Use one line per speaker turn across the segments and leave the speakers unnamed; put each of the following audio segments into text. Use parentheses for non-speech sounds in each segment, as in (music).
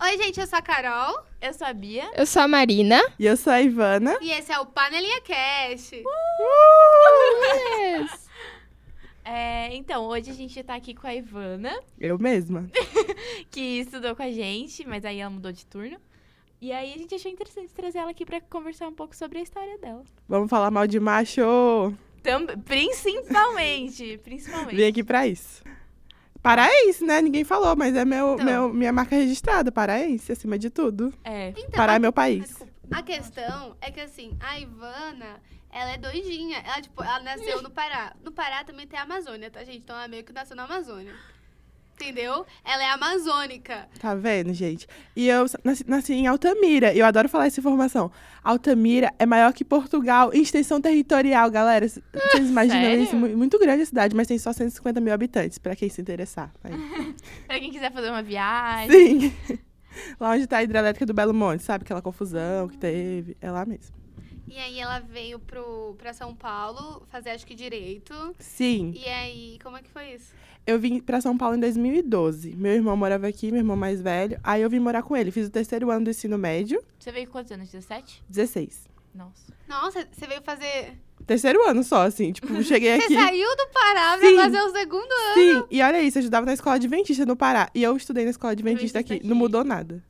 Oi, gente, eu sou a Carol
Eu sou a Bia.
Eu sou a Marina.
E eu sou a Ivana.
e esse é o Panelinha Cast.
Yes.
É, então, hoje a gente tá aqui com a Ivana,
Eu mesma.
que estudou com a gente, mas aí ela mudou de turno. E aí a gente achou interessante trazer ela aqui pra conversar um pouco sobre a história dela.
Vamos falar mal de macho.
Tam
(laughs)
principalmente, principalmente.
Vim aqui pra isso. Paraense, né? Ninguém falou, mas é meu,
Então.
meu- minha marca registrada. Paraense, acima de tudo.
É,
Então,
Pará
a-
é meu país.
a questão é que, assim, a Ivana, ela é doidinha. Ela, tipo, ela nasceu no Pará. No Pará também tem a Amazônia, tá, gente? Então ela meio que nasceu na Amazônia. Entendeu? Ela é amazônica.
Tá vendo, gente? E eu nasci, nasci em Altamira. E eu adoro falar essa informação. Altamira é maior que Portugal em extensão territorial, galera. C- Vocês imaginam
Sério?
isso? Mu- Muito grande a cidade, mas tem só 150 mil habitantes, pra quem se interessar. Aí.
pra quem quiser fazer uma viagem.
Sim. (laughs) Lá onde tá a hidrelétrica do Belo Monte, sabe? Aquela confusão que teve. É lá mesmo.
E aí ela veio pro, pra São Paulo fazer, acho que, direito.
Sim.
E aí, como é que foi isso?
Eu vim pra São Paulo em 2012. Meu irmão morava aqui, meu irmão mais velho. Aí eu vim morar com ele. Fiz o terceiro ano do ensino médio,
Você veio com quantos anos? 17?
16.
Nossa.
Nossa, você veio fazer...
Terceiro ano só, assim. Tipo, cheguei
Você
aqui.
saiu do Pará pra
Sim.
fazer o segundo ano.
Sim, e olha isso, eu estudava na escola adventista no Pará. E eu estudei na escola adventista aqui.
Adventista
Não
aqui.
mudou nada.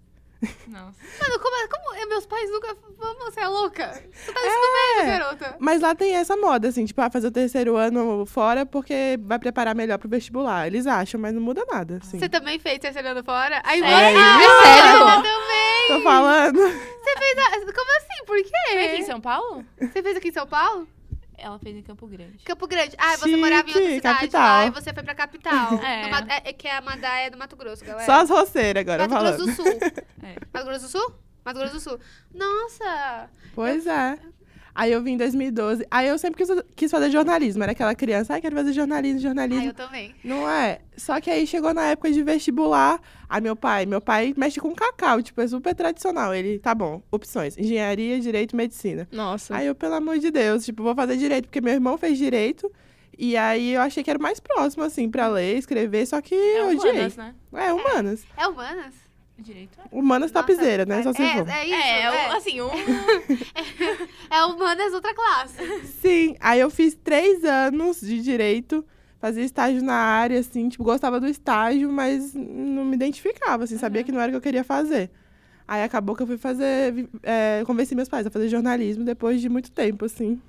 Nossa.
Mano, como, como meus pais nunca... Você é louca? Você tá no ensino médio, garota.
Mas lá tem essa moda, assim, tipo, ah, fazer o terceiro ano fora porque vai preparar melhor pro vestibular. Eles acham, mas não muda nada, assim.
Você também fez terceiro ano fora? Aí Ah,
Sério?
você
É sério?
também!
Tô falando.
Você fez. a- Como assim? Por
Você veio aqui em
É.
quê?
São Paulo?
Você fez aqui em São Paulo?
Ela fez em Campo Grande.
Campo Grande. Ah, você
Chique,
morava em outra cidade
capital.
lá e você foi pra
(laughs)
capital.
É.
No Ma- É. é que a Madá é do Mato Grosso, galera.
Só as roceiras agora
Mato
falando.
Grosso do
(laughs)
Sul.
É.
Mato Grosso do Sul? Mato Grosso do Sul. Nossa!
Pois é. Aí eu vim em 2012. Aí eu sempre quis, quis fazer jornalismo. Era aquela criança, ai, quero fazer jornalismo,
Ah,
jornalismo.
eu também.
Não é? Só que aí chegou na época de vestibular. Aí meu pai, meu pai mexe com cacau, tipo, é super tradicional. Ele, tá bom, opções: engenharia, direito, medicina.
Nossa.
Aí eu, pelo amor de Deus, tipo, vou fazer direito, porque meu irmão fez direito. E aí eu achei que era o mais próximo, assim, pra ler, escrever, só que
É
eu odiei.
humanas, né?
É, humanas.
É humanas?
Direito. é.
Humanas
Nossa,
topzeira, né? Só se for.
é, é isso.
é, o-
É,
assim, um...
é. humanas outra classe.
Sim, aí eu fiz três anos de direito, fazia estágio na área, assim, tipo, gostava do estágio, mas não me identificava, assim, sabia que não era o que eu queria fazer. Aí acabou que eu fui fazer, vi- é, convenci meus pais a fazer jornalismo depois de muito tempo, assim.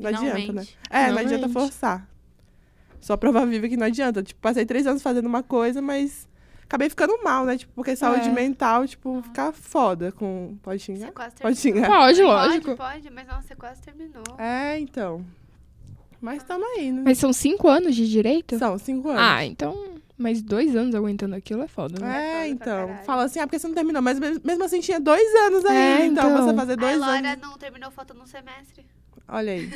Não adianta, né?
Finalmente.
É, não adianta
Finalmente.
forçar. Só prova viva que não adianta. Tipo, passei três anos fazendo uma coisa, mas acabei ficando mal, né? Tipo, porque saúde
É.
mental, tipo, fica foda com... Pode xingar?
Você quase terminou.
né? Pode xingar.
Pode,
Pode, lógico.
pode, mas nossa, você quase terminou.
É, então. Mas tamo aí, né?
Mas são cinco anos de direito?
São cinco anos.
Ah, então. Mas dois anos aguentando aquilo é foda, né?
É,
Foda pra
então.
caralho.
Fala assim, ah, porque você não terminou. Mas mes- mesmo assim, tinha dois anos
É,
ainda. então,
então.
você fazer dois
a Laura
anos.
não terminou faltando um semestre.
(laughs)
Olha aí.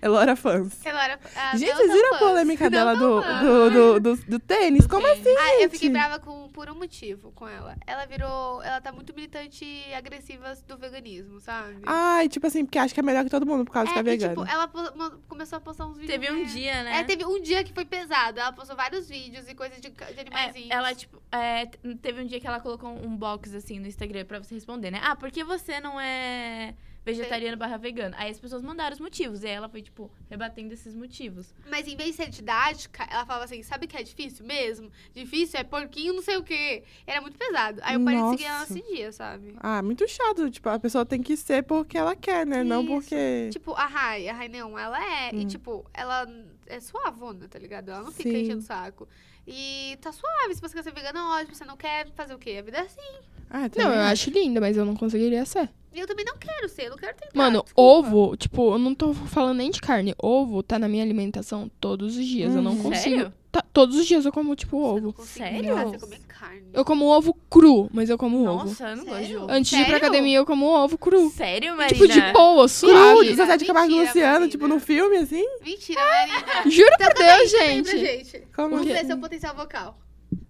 Elora fãs.
A Laura, a
Gente,
não
vocês
tão
viram a
fãs.
polêmica
Não tá
dela
tão
do,
fãs.
do, do, do- do tênis? Como assim?
Ah, eu fiquei
gente?
brava com, por um motivo com ela. Ela virou. Ela tá muito militante e agressiva do veganismo, sabe?
Ai, tipo assim, porque acha que é melhor que todo mundo por causa que é
e,
vegano.
tipo, ela po- mo- começou a postar uns vídeos.
Teve um
né?
dia, né?
É, teve um dia que foi pesado. Ela postou vários vídeos e coisas de, ca- de animaizinhos.
É, ela, tipo, é, t- teve um dia que ela colocou um box assim no Instagram pra você responder, né? Ah, por que você não é vegetariano barra vegano? Aí as pessoas mandaram os motivos. E aí ela foi, tipo, rebatendo esses motivos.
Mas em vez de ser didática, ela falava assim: sabe o que é difícil mesmo? Difícil é porquinho, não sei o quê. Era muito pesado. Aí eu parei de seguir ela
Nossa.
nesse dia, sabe?
Ah, muito chato. Tipo, a pessoa tem que ser porque ela quer, né? Não
Isso.
porque.
Tipo, a Rai, a Rai Neon, ela é. E,
Hum.
tipo, ela é suavona, tá ligado? Ela não fica
Sim.
enchendo o saco. E tá suave. Se você quer ser vegana, ótimo. Você não quer fazer o quê? A vida é assim.
Ah, também
Não, eu acho linda, mas eu não conseguiria ser.
E eu também não quero ser, eu não quero tentar.
Mano,
desculpa.
ovo, tipo, eu não tô falando nem de carne. Ovo tá na minha alimentação todos os dias. Eu não
Hum,
consigo.
Uhum. Sério?
Tá- todos os dias eu como, tipo,
Você não
ovo.
consigo
Sério?
inventar você comer carne.
Eu como ovo cru, mas eu como ovo.
Nossa, eu não gosto de
Sério?
ovo.
Antes de ir pra
Sério?
academia, eu como ovo cru.
Sério, Marina?
Tipo, de boa,
Cru,
suave.
Mentira,
Zezé de Camargo e
mentira,
Luciano,
Marina.
tipo, no filme, assim?
Mentira, é Marina.
Juro por Deus,
Vem pra
gente.
gente.
Como assim?
Vamos ver
que...
seu potencial vocal.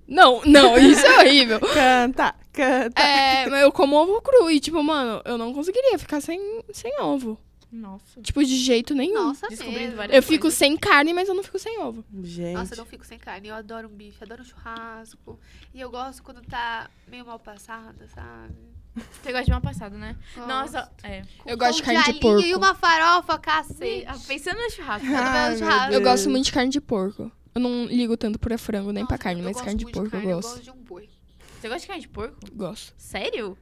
Não, não, isso é horrível.
Canta, canta.
É, mas eu como ovo cru e, tipo, mano, eu não conseguiria ficar sem, sem ovo.
Nossa.
Tipo, de jeito nenhum.
Nossa,
Descobrindo
mesmo.
várias
eu fico sem carne, mas eu não fico sem ovo.
Gente.
Nossa, eu não fico sem carne. Eu adoro um bife, adoro um churrasco. E eu gosto quando tá meio mal passada, sabe?
Você gosta de uma passada, né?
Gosto.
Nossa, é.
Eu gosto de
Pão
carne de
alinho
porco.
E uma farofa, cacete.
Ah, Pensando no churrasco.
Ah,
Ai,
de
meu
rabo.
Eu
Deus.
gosto muito de carne de porco. Eu não ligo tanto pra frango nem pra
Nossa,
carne,
eu
mas
gosto
carne de
muito
porco eu
Eu gosto
gosto.
de um boi.
Você gosta de carne de porco?
Gosto.
Sério?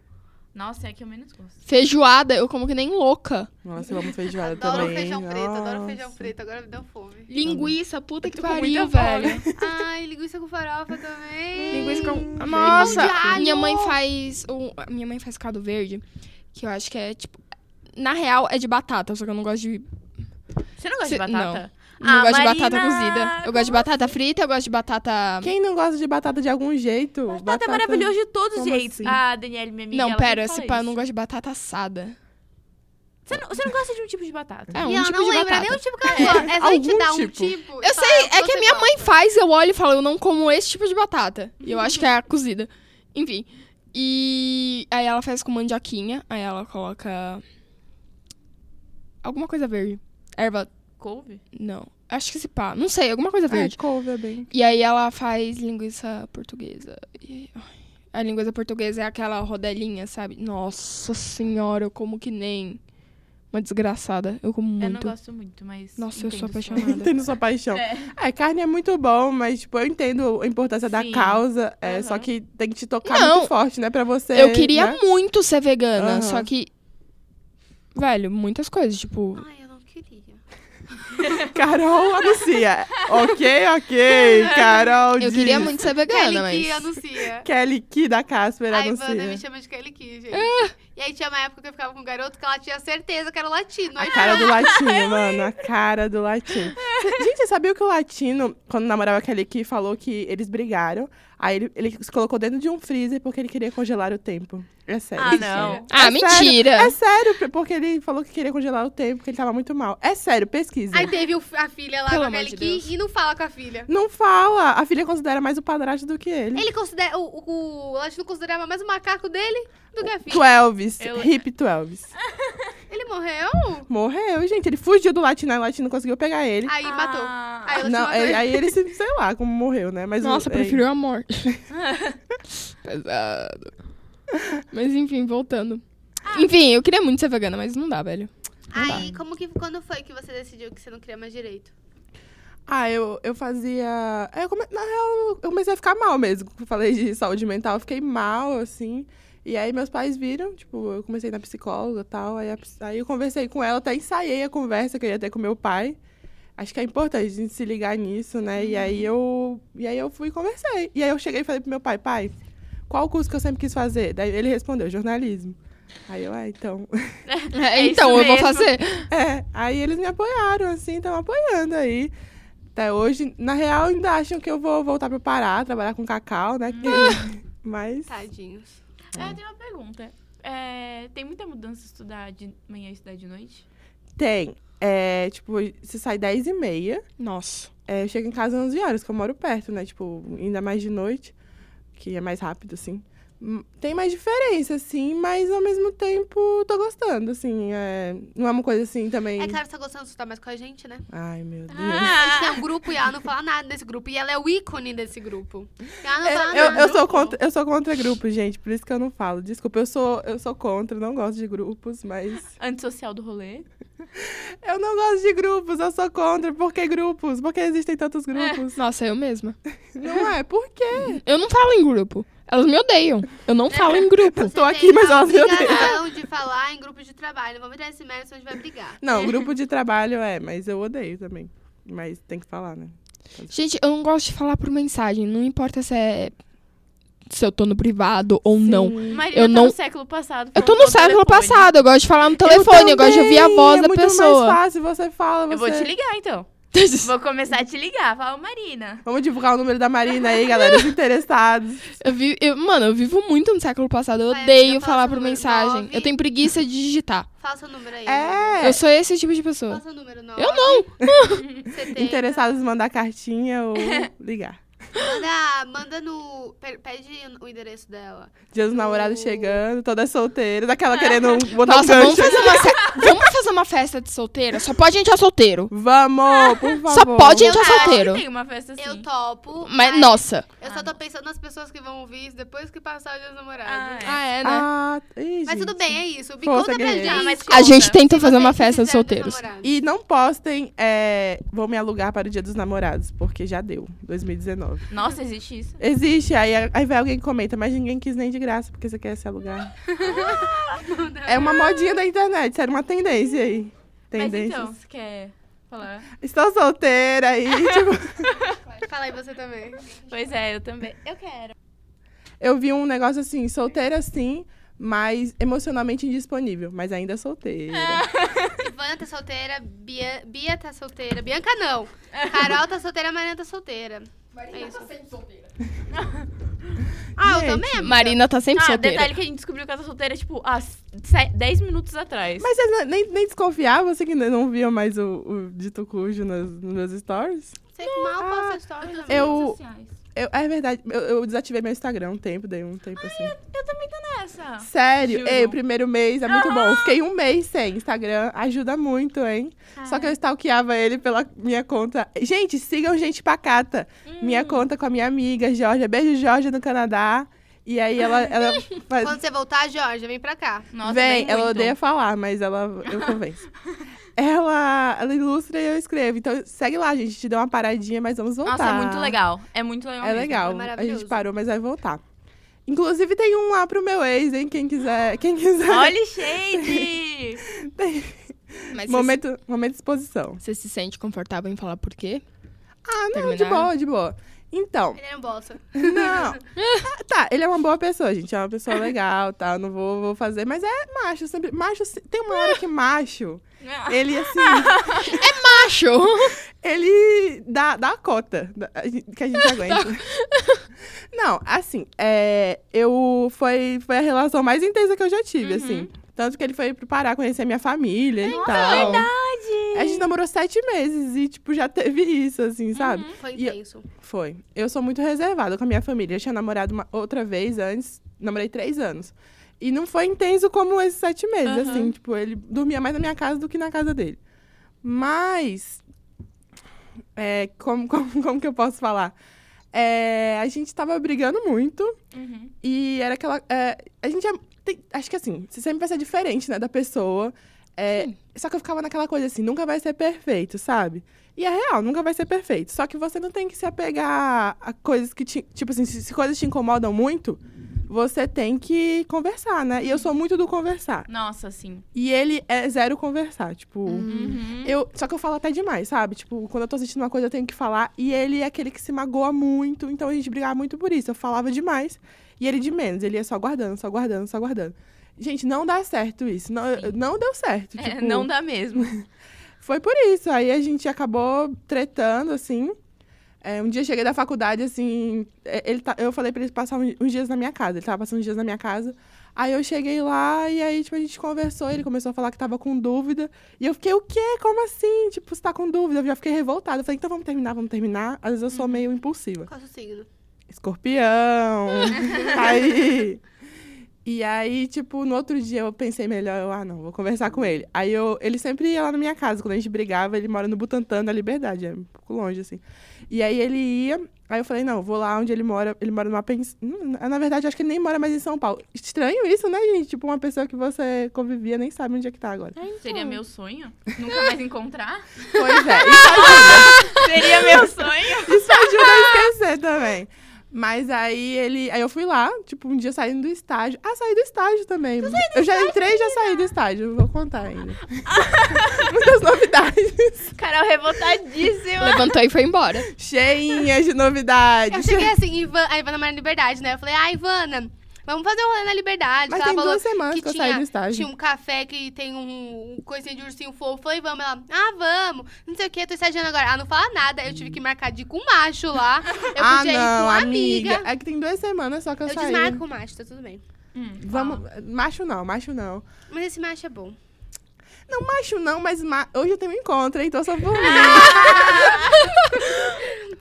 Nossa, é a que eu menos gosto.
Feijoada, eu como que nem louca.
Nossa, eu amo feijoada
Adoro
também.
feijão preto, adoro
Nossa.
feijão preto. Agora me deu fome.
Linguiça, puta que
tô com
pariu,
muita
velho.
fome.
Ai, linguiça com farofa também.
Linguiça com.
Nossa,
Hum, Nossa!
alho.
Minha mãe faz. um- Minha mãe faz caldo verde, que eu acho que é tipo. Na real, é de batata, só que eu não gosto de.
Você não gosta
Cê-
de batata?
Não
Ah,
gosto de
Marina,
batata cozida. Eu gosto de batata frita, eu gosto de batata.
Quem não gosta de batata de algum jeito?
Batata, é maravilhosa de todos os
Como
jeitos.
assim?
Ah, Daniele, minha amiga.
Não,
ela
pera,
sempre
esse pá,
fala
eu não
isso.
gosto de batata assada.
Você não, você não gosta de um tipo de batata?
É um
e ela
tipo
não
de
lembra
batata.
nem o tipo que ela gosta. É só a gente
Algum
dar um
tipo.
tipo. e
Eu
falar
sei,
o que
é que
você
a minha
gosta.
mãe faz, eu olho e falo, eu não como esse tipo de batata. E eu acho que é a cozida. Enfim. E aí ela faz com mandioquinha, aí ela coloca. Alguma coisa verde. Erva.
Couve?
Não. Acho que esse pá. Não sei, alguma
Ah.
coisa
É,
verde.
couve
(laughs)
é bem.
E aí ela faz linguiça portuguesa. E- ai. A linguiça portuguesa é aquela rodelinha, sabe? Nossa senhora, eu como que nem uma desgraçada. Eu como
Eu não
muito.
gosto muito, mas.
Nossa, eu sou
entendo sua-
apaixonada.
Entendo sua paixão.
É.
É, carne é muito bom, mas, tipo, eu entendo a importância da
Sim.
causa. É,
Aham.
Só que tem que te tocar
Não.
muito forte, né? Pra você.
Eu queria
né?
muito ser vegana,
Aham.
só que. Velho, muitas coisas, tipo.
Ai, eu não queria.
É
Carol anuncia. ok, ok. Carol
Eu
diz.
queria muito ser
Kelly
vegana,
Ki
mas. (laughs)
anuncia.
Kelly Ki da Casper
A
anuncia.
Ivana me chama de Kelly Ki, gente.
Ah.
E aí tinha uma época que eu ficava com um garoto que ela tinha certeza que era latino.
A
Aí
cara do latino, mano. A cara do latino. Cê- Gente, você sabia que o latino, quando namorava aquele que falou que eles brigaram, aí ele, ele se colocou dentro de um freezer porque ele queria congelar o tempo. É sério.
Ah, não.
Ah,
É
mentira!
É sério, porque ele falou que queria congelar o tempo, porque ele tava muito mal. É sério, pesquisa.
Aí teve o- a filha lá
Pelo
com a
amor
Kelly
de Deus.
Ki e não fala com a filha.
Não fala. A filha considera mais o padrasto do que ele.
Ele considera. O, o, o latino considerava mais o macaco dele do que a filha.
(laughs) Twelves.
Eu-
Hip Twelves.
Ele morreu?
Morreu, gente. Ele fugiu do latino, aí o latino conseguiu pegar ele.
Aí matou.
Ah.
Aí ela
não,
te matou.
aí, aí ele se, sei lá como morreu, né? Mas o-
Nossa,
é-
prefiro a (laughs) morte. Pesado. Mas enfim, voltando. Ah. Enfim, eu queria muito ser vegana, mas não dá, velho.
Tá.
Aí, como que quando foi que você decidiu que você não queria mais direito?
Ah, eu, eu fazia. é, Eu come... Na real, eu comecei a ficar mal mesmo. Eu falei de saúde mental, eu fiquei mal, assim. E aí meus pais viram, tipo, eu comecei na psicóloga e tal. Aí, a ps- aí eu conversei com ela, até ensaiei a conversa que eu ia ter com meu pai. Acho que é importante a gente se ligar nisso, né? E aí eu. E aí eu fui e conversei. E aí eu cheguei e falei pro meu pai, pai, qual o curso que eu sempre quis fazer? Daí ele respondeu, jornalismo. Aí eu, ah, então.
É,
isso
então, eu vou
mesmo.
fazer.
É, aí eles me apoiaram, assim, estão apoiando aí. Até hoje, na real, ainda acham que eu vou voltar pro Pará, trabalhar com cacau, né?
Hum. (laughs)
que- Mas.
Tá. Tadinhos.
Ah, Eu tenho uma pergunta. É, tem muita mudança estudar de manhã e estudar de noite?
Tem. É, tipo, se sai 10 e meia,
Nossa.
é, eu chego em casa 11 horas, que eu moro perto, né? Tipo, ainda mais de noite, que é mais rápido, assim. Hum, Tem mais diferença, assim, mas ao mesmo tempo tô gostando, assim. é, não é uma coisa assim também.
É claro que você tá gostando de estar mais com a gente, né?
Ai, meu Deus.
Ah.
A gente tem um grupo e ela não fala nada desse grupo. E ela é o ícone desse grupo. Ela não fala
É, Eu,
nada.
eu sou contra, eu sou contra grupo, gente, por isso que eu não falo. Desculpa, eu sou, eu sou contra, não gosto de grupos, mas.
Antissocial do rolê?
(laughs) Eu não gosto de grupos, eu sou contra. Por que grupos? Por que existem tantos grupos?
Nossa, eu mesma.
É. (laughs) Não é? Por quê?
Eu não falo em grupo. Elas me odeiam. Eu não falo em grupo.
Você
Tô
tem
aqui, mas
a
elas me odeiam.
obrigação de falar em grupo de trabalho. Vamos entrar nesse mérito, senão a gente vai brigar.
Não, grupo de trabalho é, mas eu odeio também. Mas tem que falar, né?
Gente, eu não gosto de falar por mensagem. Não importa se é. Se eu tô no privado ou não.
Marina
Eu
tá
não-
no século passado.
Eu tô
falando
no
pelo
século
telefone.
passado, eu gosto de falar no telefone, eu, gosto de ouvir a
também,
voz
é
da
muito
pessoa.
mais fácil, você fala. Você...
Eu vou te ligar, então. Vou começar a te ligar. Fala, Marina.
Vamos divulgar o número da Marina aí, galera, (laughs) os interessados.
(laughs) Eu vi, eu- mano, eu vivo muito no século passado. Eu
Vai,
odeio
amiga, fala
falar
seu
por
número,
mensagem.
nove.
Eu tenho preguiça de digitar.
Fala seu número aí. amiga.
É,
Eu sou esse tipo de
Fala
pessoa.
seu número, não.
Eu não.
(laughs) Você tem.
(laughs) interessados em mandar cartinha ou ligar.
Manda, manda no. pe- Pede o endereço dela.
Dia dos namorados chegando, todas solteiras, aquela querendo botar um
Nossa, vamos
gancho.
fazer, uma, se- vamos fazer uma festa de solteira? Só pode a gente é solteiro.
Vamos, por favor.
Só pode a
Tá
gente
Eu
é
acho que
solteiro.
Ah, Tem uma festa assim.
Eu topo.
Mas, nossa.
Eu só tô pensando nas pessoas que vão ouvir isso depois que passar o dia dos
Ah,
namorados.
é.
Ah, é, né?
Ah, ih,
Mas
gente.
tudo bem, é isso. Me
Força,
conta pra gente.
guerreira.
Ah, mas
se
conta.
a gente tenta
vocês
fazer uma festa de
fizeram Dia
solteiros.
Namorados.
E não postem, é, vou me alugar para o Dia dos Namorados, porque já deu, 2019.
Nossa, existe isso.
Existe, aí, aí vai alguém que comenta, mas ninguém quis nem de graça, porque você quer
(laughs)
se alugar. é uma modinha da internet, sério, uma tendência aí. Tendência.
Mas então, você quer falar?
Estou solteira aí, (laughs) tipo,
Fala aí você também.
Pois é, eu também. Eu quero.
eu vi um negócio assim, solteira sim, mas emocionalmente indisponível, mas ainda solteira.
Ivana tá solteira, Bia, Bia tá solteira. Bianca não. Carol tá solteira, Marina tá solteira. É isso. Ah, eu
Gente,
também, amiga.
Marina tá sempre
ah,
solteira.
detalhe que a gente descobriu que ela tá solteira, tipo, há se- 10 minutos atrás.
Mas é, vocês nem, nem desconfiavam, você que não via mais o, o dito cujo nas, nos meus stories?
Sei que mal posta stories. amiga.
Eu, eu, é verdade, eu, eu desativei meu Instagram um tempo, dei um tempo assim.
Eu também tô nessa.
Sério?
Juro.
Ei, o primeiro mês é muito bom. Eu Fiquei um mês sem Instagram. Ajuda muito, hein? Só que eu stalkeava ele pela minha conta. Gente, sigam Gente Pacata. Minha conta com a minha amiga, Georgia. Beijo, Georgia, no Canadá. E aí ela, ela faz-
Quando você voltar, Georgia, vem pra cá.
Nossa,
Vem,
bem
ela
muito.
odeia falar, mas ela eu
(laughs)
convenço. ela, ela ilustra e eu escrevo. Então segue lá, gente. Te deu uma paradinha, mas vamos voltar.
Nossa, é muito legal. É muito legal
É
mesmo.
legal. a
maravilhoso.
gente parou, mas vai voltar. Inclusive tem um lá pro meu ex, hein? Quem quiser, quem quiser. (laughs)
Olha, shade!
Tem-
Mas você-
Momento, momento de exposição.
você se sente confortável em falar por quê?
Ah, não, de
Terminaram?
boa, de boa. Então,
Ele é um bosta.
(laughs)
não. Ah, tá, ele é uma boa pessoa, gente. É uma pessoa legal, tá? Não vou, vou fazer. Mas é macho, sempre. Macho, se- tem uma hora que macho, ele assim.
Acho!
Ele dá, dá a cota da- a gente- que a gente aguenta. Não, assim, é, eu foi, foi a relação mais intensa que eu já tive, assim. Tanto que ele foi pro Pará conhecer minha família e tal.
Verdade!
A gente namorou sete meses e, tipo, já teve isso, assim, sabe?
Foi
E-
intenso.
Foi. Eu sou muito reservada com a minha família. Eu tinha namorado uma outra vez antes, namorei três anos. E não foi intenso como esses sete meses,
Aham.
assim. Tipo, ele dormia mais na minha casa do que na casa dele. Mas. é, como, (laughs) como, como que eu posso falar? É, a gente tava brigando muito.
Uhum.
E era aquela. é, a gente é, tem- acho que assim, você sempre vai ser diferente, né, da pessoa. É, só que eu ficava naquela coisa assim, nunca vai ser perfeito, sabe? E é real, nunca vai ser perfeito. Só que você não tem que se apegar a coisas que te. Tipo assim, se, se coisas te incomodam muito, você tem que conversar, né? E eu sou muito do conversar.
Nossa, sim.
E ele é zero conversar, tipo.
Hum.
Uhum.
Eu, só que eu falo até demais, sabe? Tipo, quando eu tô assistindo uma coisa, eu tenho que falar. E ele é aquele que se magoa muito. Então a gente brigava muito por isso. Eu falava demais. E ele de menos. Ele ia só guardando, só guardando, só guardando. Gente, não dá certo isso. Não, não deu certo.
É,
tipo,
não dá mesmo.
Foi por isso. Aí a gente acabou tretando, assim. É, um dia eu cheguei da faculdade, assim. é, Ele tá- eu falei pra ele passar um- uns dias na minha casa. Ele tava passando uns dias na minha casa. Aí eu cheguei lá e aí, tipo, a gente conversou. Ele começou a falar que tava com dúvida. E eu fiquei, o quê? Como assim? Tipo, você tá com dúvida? Eu já fiquei revoltada. Eu falei, então vamos terminar, vamos terminar. Às vezes eu sou meio impulsiva.
Qual é o seu signo?
(laughs) Escorpião! aí. E aí, tipo, no outro dia eu pensei melhor, eu, ah, não, vou conversar com ele. Aí eu, ele sempre ia lá na minha casa, quando a gente brigava, ele mora no Butantã, na Liberdade, é um pouco longe, assim. E aí ele ia, aí eu falei, não, vou lá onde ele mora, ele mora numa pensão. Na verdade, acho que ele nem mora mais em São Paulo. Estranho isso, né, gente? Tipo, uma pessoa que você convivia nem sabe onde é que tá agora.
Seria meu (laughs) sonho? Nunca mais encontrar?
Pois (laughs) é, isso ajuda.
Seria (laughs) meu sonho?
Isso ajuda a esquecer também. Mas aí ele. Aí eu fui lá, tipo, um dia saindo do estágio. Ah, saí do estágio também. eu já entrei e já saí do estágio. eu Vou contar ainda. Muitas
(laughs)
novidades.
Carol, revoltadíssima.
Levantou e foi embora.
Cheinhas É de novidades.
Eu cheguei assim, Ivan, a Ivana mora na Liberdade, né? Eu falei, ah, Ivana, vamos fazer um rolê na Liberdade.
Mas
que ela
tem
falou
duas semanas que eu saí do estágio.
Tinha um café que tem um, um coisinha de ursinho fofo. Eu falei, vamos. Ela, ah, vamos. Não sei o que, tô estagiando agora. Ela não fala nada. Eu tive que marcar de ir com o macho lá. Eu
(laughs) ah,
podia ir
não,
com a
amiga.
amiga.
É que tem duas semanas só que eu,
Eu
saí.
desmarco com o macho, tá tudo bem.
Hum,
Vamos.
fala.
Macho não, macho não.
Mas esse macho é bom.
Não,
Ah,
macho não, mas ma- hoje eu tenho um encontro, hein? Então só por mim.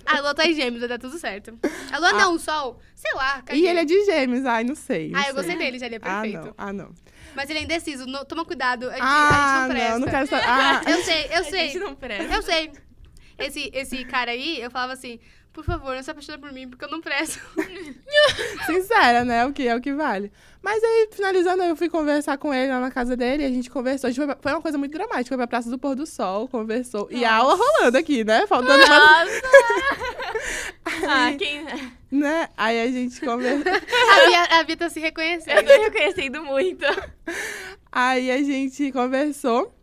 A lua tá em gêmeos, vai dar tudo certo. A lua não, o sol. Sei lá,
Ah. E ele é de gêmeos, ai, não sei. não
Ah,
sei.
eu gostei dele, já ele é
Ah,
perfeito.
não, ah, não.
Mas ele é indeciso, no- toma cuidado, é a gente,
Ah,
a gente não presta.
não, não quero saber. Ah, (laughs)
Eu sei, eu
(laughs) A gente
sei,
não presta.
eu sei. Esse, esse cara aí, eu falava assim, por favor, não se apaixona por mim, porque eu não presto.
sincera, né? O que é o que vale. Mas aí, finalizando, eu fui conversar com ele lá na casa dele, a gente conversou. A gente foi, pra- foi uma coisa muito dramática, foi pra Praça do Pôr do Sol, conversou. E a aula rolando aqui, né? Faltando (laughs) uma
Nossa! ah,
(laughs)
quem...
né? Aí a gente conversou.
A (laughs) Bia, a Bia tá se reconhecendo.
Eu tô reconhecendo muito.
aí a gente conversou.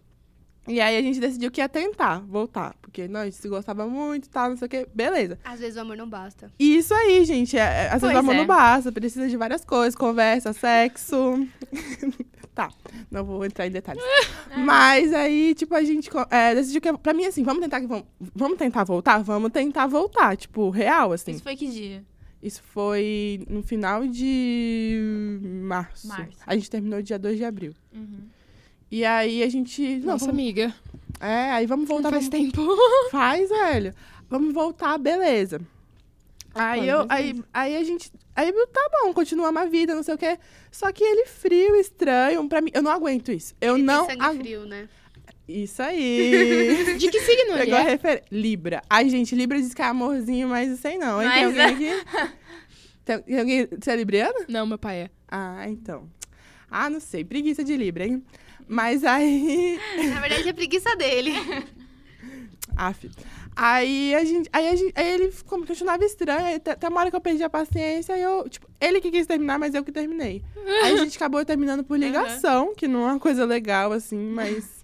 E aí a gente decidiu que ia tentar voltar. Porque não, a gente se gostava muito e tal, não sei o quê. Beleza.
Às vezes o amor não basta.
E isso aí, gente. É, é, às
Pois
vezes o amor
é.
não basta, precisa de várias coisas, conversa, sexo. (laughs) tá, não vou entrar em
(laughs)
detalhes. Mas aí, tipo, a gente co- é, decidiu que. Pra mim, assim, vamos tentar que vamos, vamos tentar voltar? Vamos tentar voltar. Tipo, real, assim.
Isso foi que dia?
Isso foi no final de março.
Março. Uhum.
A gente terminou dia 2 de abril. E aí a gente. Não,
Nossa,
vamos-
amiga.
é, aí vamos voltar.
faz
Faz,
tempo.
faz velho. Vamos voltar, beleza. Aí,
Olha,
eu,
mas
aí, aí a gente. Aí eu, tá bom, continuamos a vida, não sei o quê. Só que ele frio, estranho, pra mim. Eu não aguento isso. Eu
Ele
não.
tem sangue
agu-
frio, (laughs) né?
Isso aí.
(laughs) De que signo ele
Pegou a
é?
referência. Libra. Ai, gente, Libra diz que é amorzinho, mas isso aí não. Hein? Tem
Mas-
alguém aqui? Tem, tem alguém... Você é libriana?
Não, meu pai é.
Ah, então. Ah, não sei. Preguiça de Libra, hein? Mas aí...
Na verdade, é preguiça dele.
Aff. Aí a gente... Aí, a gente... aí ele ficou- continuava estranho. aí Até até uma hora que eu perdi a paciência, aí eu... Tipo, ele que quis terminar, mas eu que terminei. Aí a gente acabou terminando por ligação, que não é uma coisa legal, assim, mas...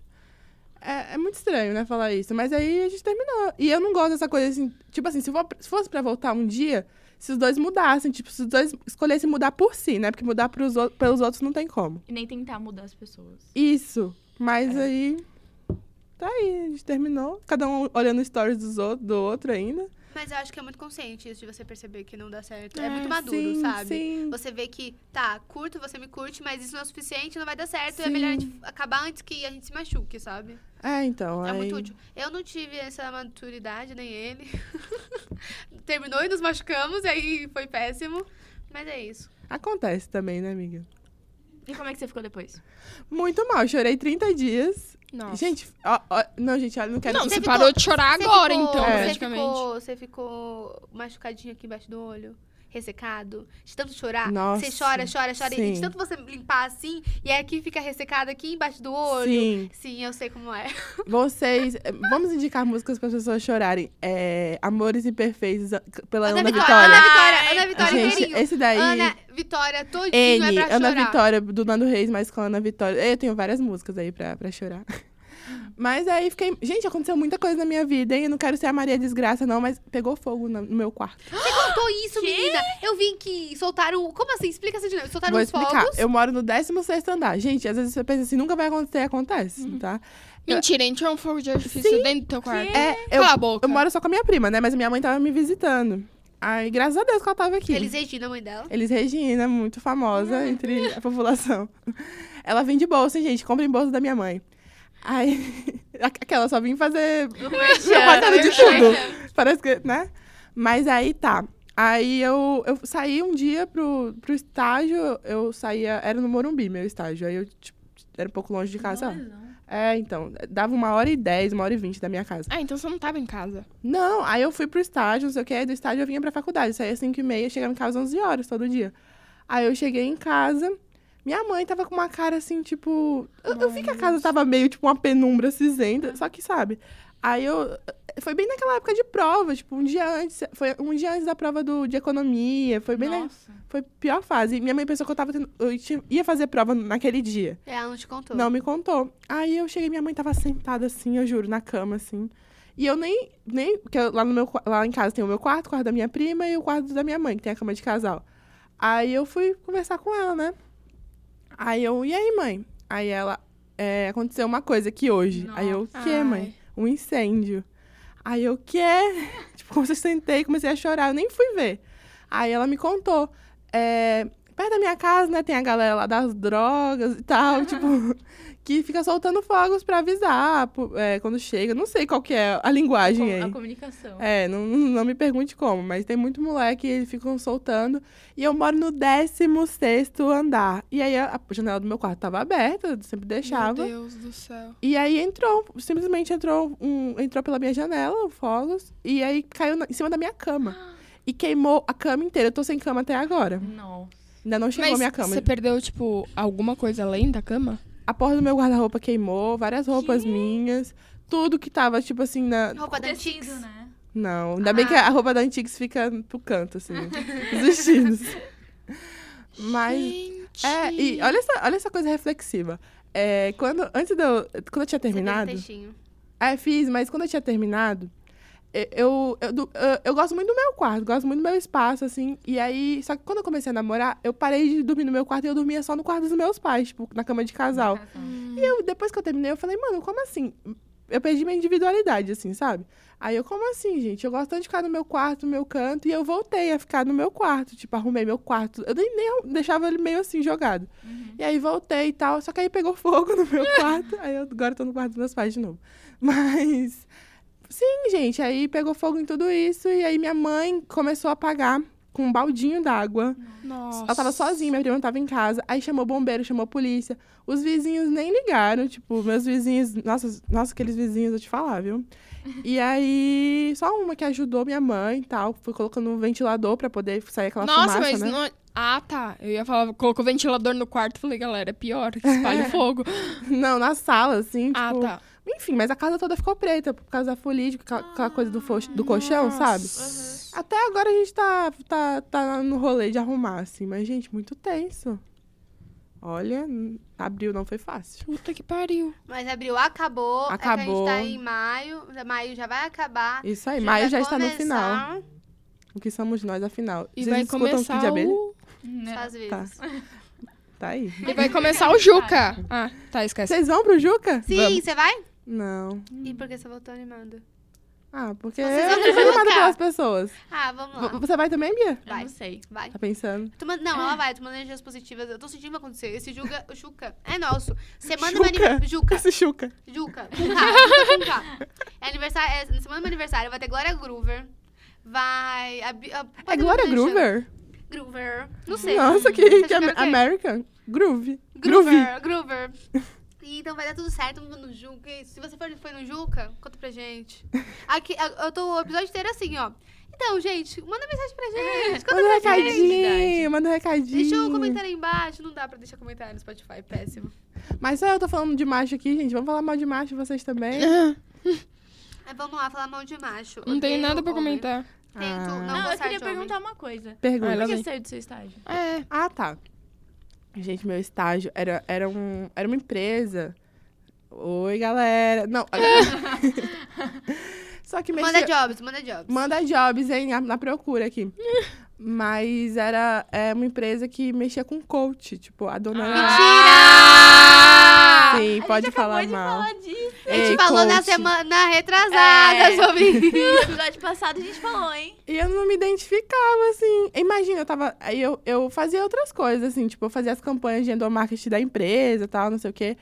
É, é muito estranho, né, falar isso. Mas aí a gente terminou. E eu não gosto dessa coisa assim. Tipo assim, se, for- se fosse pra voltar um dia, se os dois mudassem, tipo, se os dois escolhessem mudar por si, né? Porque mudar pros, ou- pelos outros não tem como.
E nem tentar mudar as pessoas.
Isso. Mas
É.
aí. Tá aí, a gente terminou. Cada um olhando stories dos outro, do outro ainda.
Mas eu acho que é muito consciente isso de você perceber que não dá certo. É,
É,
muito maduro,
sim,
sabe?
sim.
Você vê que, tá, curto, você me curte, mas isso não é o suficiente, não vai dar certo. É
Sim.
melhor a gente acabar antes que a gente se machuque, sabe?
É, então.
É
aí...
muito útil. Eu não tive essa maturidade, nem ele. (laughs) Terminou e nos machucamos, e aí foi péssimo. Mas é isso.
Acontece também, né, amiga?
E como é que você ficou (laughs) depois?
Muito mal, chorei 30 dias.
Nossa.
Gente, ó, ó, não, gente, olha, não quero.
não,
Você
você
ficou-
parou de chorar
Você
agora,
ficou-
então,
você
praticamente.
Ficou, você ficou machucadinho aqui embaixo do olho? Ressecado? De tanto chorar?
Nossa,
Você chora, chora, chora. E de
sim.
tanto você limpar assim, e aí aqui fica ressecado aqui embaixo do olho.
Sim,
Sim, eu sei como é.
vocês. eh, Vamos indicar músicas para as pessoas chorarem. É, Amores Imperfeitos a- pela
Ana
é Ana
Vitória, Ana
Vitória.
Vitória, Ana é Ah, Vitória
é
Gente,
inteirinho.
esse daí.
Ana Vitória, todinho é
N,
pra chorar.
Ana Vitória, do Nando Reis, mas com a Ana Vitória. É, Eu tenho várias músicas aí pra,
(laughs)
pra chorar. Mas aí fiquei. Gente, aconteceu muita coisa na minha vida, hein? Eu não quero ser a Maria Desgraça, não, mas pegou fogo na- no meu quarto.
Contou isso, menina. Eu vi que soltaram. Como assim? Explica essa dinâmica. Soltaram
Vou
os
explicar.
fogos.
Eu moro no 16 andar. Gente, às vezes você pensa assim, nunca vai acontecer, acontece,
Uhum.
tá?
Mentira, a gente tirou um fogo de artifício dentro do teu quarto.
É, eu,
Cala a boca.
eu moro só com a minha prima, né? Mas a minha mãe tava me visitando. Aí, graças a Deus que ela tava aqui.
Eles Regina, a mãe dela.
Elis Regina, muito famosa entre a população. Ela vem de bolsa, hein, gente? Compra em bolsa da minha mãe. Aí, (laughs) aquela só vim fazer
é,
propaganda de tudo. Parece que, né? Mas aí tá. Aí eu, eu saí um dia pro, pro estágio, eu saía, era no Morumbi meu estágio, aí eu, tipo, era um pouco longe de casa.
né?
ó. É, então, dava uma hora e dez, uma hora e vinte da minha casa.
Ah, então você não tava em casa.
Não, aí eu fui pro estágio, não sei o que, aí do estágio eu vinha pra faculdade, saía às 5 e meia, chegava em casa às 11 horas todo dia. Aí eu cheguei em casa, minha mãe tava com uma cara assim, tipo... Eu, eu vi que a casa tava meio tipo uma penumbra cinzenta, só que sabe... Aí eu... Foi bem naquela época de prova, tipo, um dia antes, foi um dia antes da prova do, de economia, foi bem na-
Nossa.
foi a pior fase. Minha mãe pensou que eu tava tendo, eu tinha- ia fazer prova naquele dia.
É, ela não te contou.
Não me contou. Aí eu cheguei, minha mãe tava sentada assim, eu juro, na cama, assim. E eu nem. nem porque eu- lá, no meu, qua- lá em casa tem o meu quarto, o quarto da minha prima e o quarto da minha mãe, que tem a cama de casal. Aí eu fui conversar com ela, né? Aí eu, e aí, mãe? Aí ela, é, aconteceu uma coisa aqui hoje. Aí eu, o quê, mãe? Um incêndio. Aí eu, o quê? (laughs) tipo, como eu sentei, comecei a chorar, eu nem fui ver. Aí ela me contou. É, perto da minha casa, né, tem a galera lá das drogas e tal, tipo, (laughs) que fica soltando fogos pra avisar pô, é, quando chega. Não sei qual que é a linguagem
Com-
aí.
a comunicação.
É, não, não me pergunte como, mas tem muito moleque e eles ficam soltando. E eu moro no 16 andar. E aí a a janela do meu quarto tava aberta, eu sempre
Meu
deixava.
Deus do céu.
E aí entrou, simplesmente entrou, um, entrou pela minha janela, o fogos, e aí caiu na- em cima da
(gasps)
minha cama. E queimou a cama inteira. Eu tô sem cama até agora.
Nossa.
Ainda não chegou
Mas
a minha cama.
você perdeu, tipo, alguma coisa além da cama?
A porta do meu guarda-roupa queimou, várias roupas minhas. Tudo que tava, tipo assim, na.
Roupa da Antiques.
Tecido, né?
Não, ainda bem que
Ah.
a roupa da Antigues fica pro canto, assim. (laughs) dos vestidos. Mas.
Gente.
É, e olha essa, olha essa coisa reflexiva. É, quando, antes de eu, quando eu
Você
tinha
fez um
terminado.
textinho.
É, fiz, mas quando eu tinha terminado, e- eu, eu, du- eu, eu gosto muito do meu quarto, gosto muito do meu espaço, assim. E aí, só que quando eu comecei a namorar, eu parei de dormir no meu quarto e eu dormia só no quarto dos meus pais, tipo, na cama de casal. E eu, depois que eu terminei, eu falei, mano, como assim? Eu perdi minha individualidade, assim, sabe? Aí eu, como assim, gente? Eu gosto tanto de ficar no meu quarto, no meu canto, e eu voltei a ficar no meu quarto. Tipo, arrumei meu quarto. Eu nem, nem arrum- deixava ele meio assim, jogado. E aí voltei e tal. Só que aí pegou (laughs) fogo no meu quarto. aí eu agora tô no quarto dos meus pais de novo. (laughs) Mas. Sim, gente, aí pegou fogo em tudo isso. E aí minha mãe começou a apagar com um baldinho d'água.
Nossa.
Ela tava sozinha, minha prima não tava em casa. Aí chamou bombeiro, chamou polícia. Os vizinhos nem ligaram, tipo, meus vizinhos. Nossa, nossa aqueles vizinhos, eu te falar, viu? E aí, só uma que ajudou minha mãe e tal. Foi colocando um ventilador pra poder sair aquela
Nossa,
fumaça,
mas
né?
não. Ah, tá. Eu ia falar, colocou ventilador no quarto. Falei, galera, (laughs) é Tipo, pior, que espalha o fogo.
(laughs) Não, na sala, assim,
Ah,
tipo...
tá.
Enfim, mas a casa toda ficou preta por causa da folia, aquela, aquela coisa do, fo-
Ah,
do colchão, sabe? Até agora a gente tá, tá, tá no rolê de arrumar, assim. Mas, gente, muito tenso. Olha, n- abril não foi fácil.
Puta que pariu.
Mas abril acabou.
Acabou.
É que a gente tá em maio. Maio já vai acabar.
Isso aí,
Julho
maio
vai
já está no
começar
final. O que somos nós, afinal?
E
Vocês
vai
escutam o Kid
começar
Abelha?
o...
Não.
Às vezes.
Tá aí.
E vai começar o (laughs) Juca. Ah, tá, esquece.
Vocês vão pro Juca?
Sim,
Vamos.
você vai?
Não.
E por que você voltou animada?
Ah, porque
Vocês
eu
vão
fui
pro
chamada
Juca?
pelas pessoas.
Ah, vamos lá.
V- Você vai também, Bia?
Eu
Vai.
não sei.
Vai.
Tá pensando?
Tô man- Não, ela vai, eu tô mandando energias positivas. Eu tô sentindo acontecer. Esse Juca, o Juca é nosso. Semana do meu
Juca.
aniversário. Juca.
Esse Juca.
Juca. Com K, Juca com K. É aniversário, é, na semana do meu aniversário vai ter Glória Groover. Vai. A, Bi- a,
É
pode
Glória
deixar.
Groover?
Groover. Não sei.
Nossa, que,
Vocês
que
tiveram
Amer-
o quê?
American. Groove. Groove.
Groover, (laughs) Groover. E Então vai dar tudo certo no Juca. E Se você for, foi no Juca, conta pra (laughs) gente. Aqui, a- eu tô o episódio inteiro assim, ó. Então, gente, manda mensagem pra gente. Conta
Manda um
pra gente.
recadinho, manda um recadinho.
Deixa o comentário aí embaixo. Não dá pra deixar comentário no Spotify, é péssimo.
Mas só eu tô falando de macho aqui, gente. Vamos falar mal de macho vocês (laughs) também?
Aí É, vamos lá, falar mal de macho.
Não tem
Odeio
nada pra
homem.
comentar.
Tento
Ah.
não
Não, eu
gostar
queria
de homem.
perguntar uma coisa.
Pergunta.
Ai,
Por
lá
que
vem.
você saiu do seu estágio?
É.
Ah, tá. Gente, meu estágio era, era, um, era uma empresa. Oi, galera. Não. (laughs) Só que mexia...
Manda jobs, manda jobs.
Manda jobs, hein? Na, na procura aqui. Mas era é, uma empresa que mexia com coach. Tipo, a dona...
Mentira!
Ah,
Sim,
A
pode
gente
falar
acabou
mal.
de falar (laughs) disso.
A gente
Ei,
falou na
coach.
semana retrasada
É.
sobre isso.
(laughs) No episódio passado a gente falou, hein?
E eu não me identificava, assim. Imagina, eu tava. Aí eu, eu fazia outras coisas, assim, tipo, eu fazia as campanhas de endomarketing da empresa tal, não sei o quê.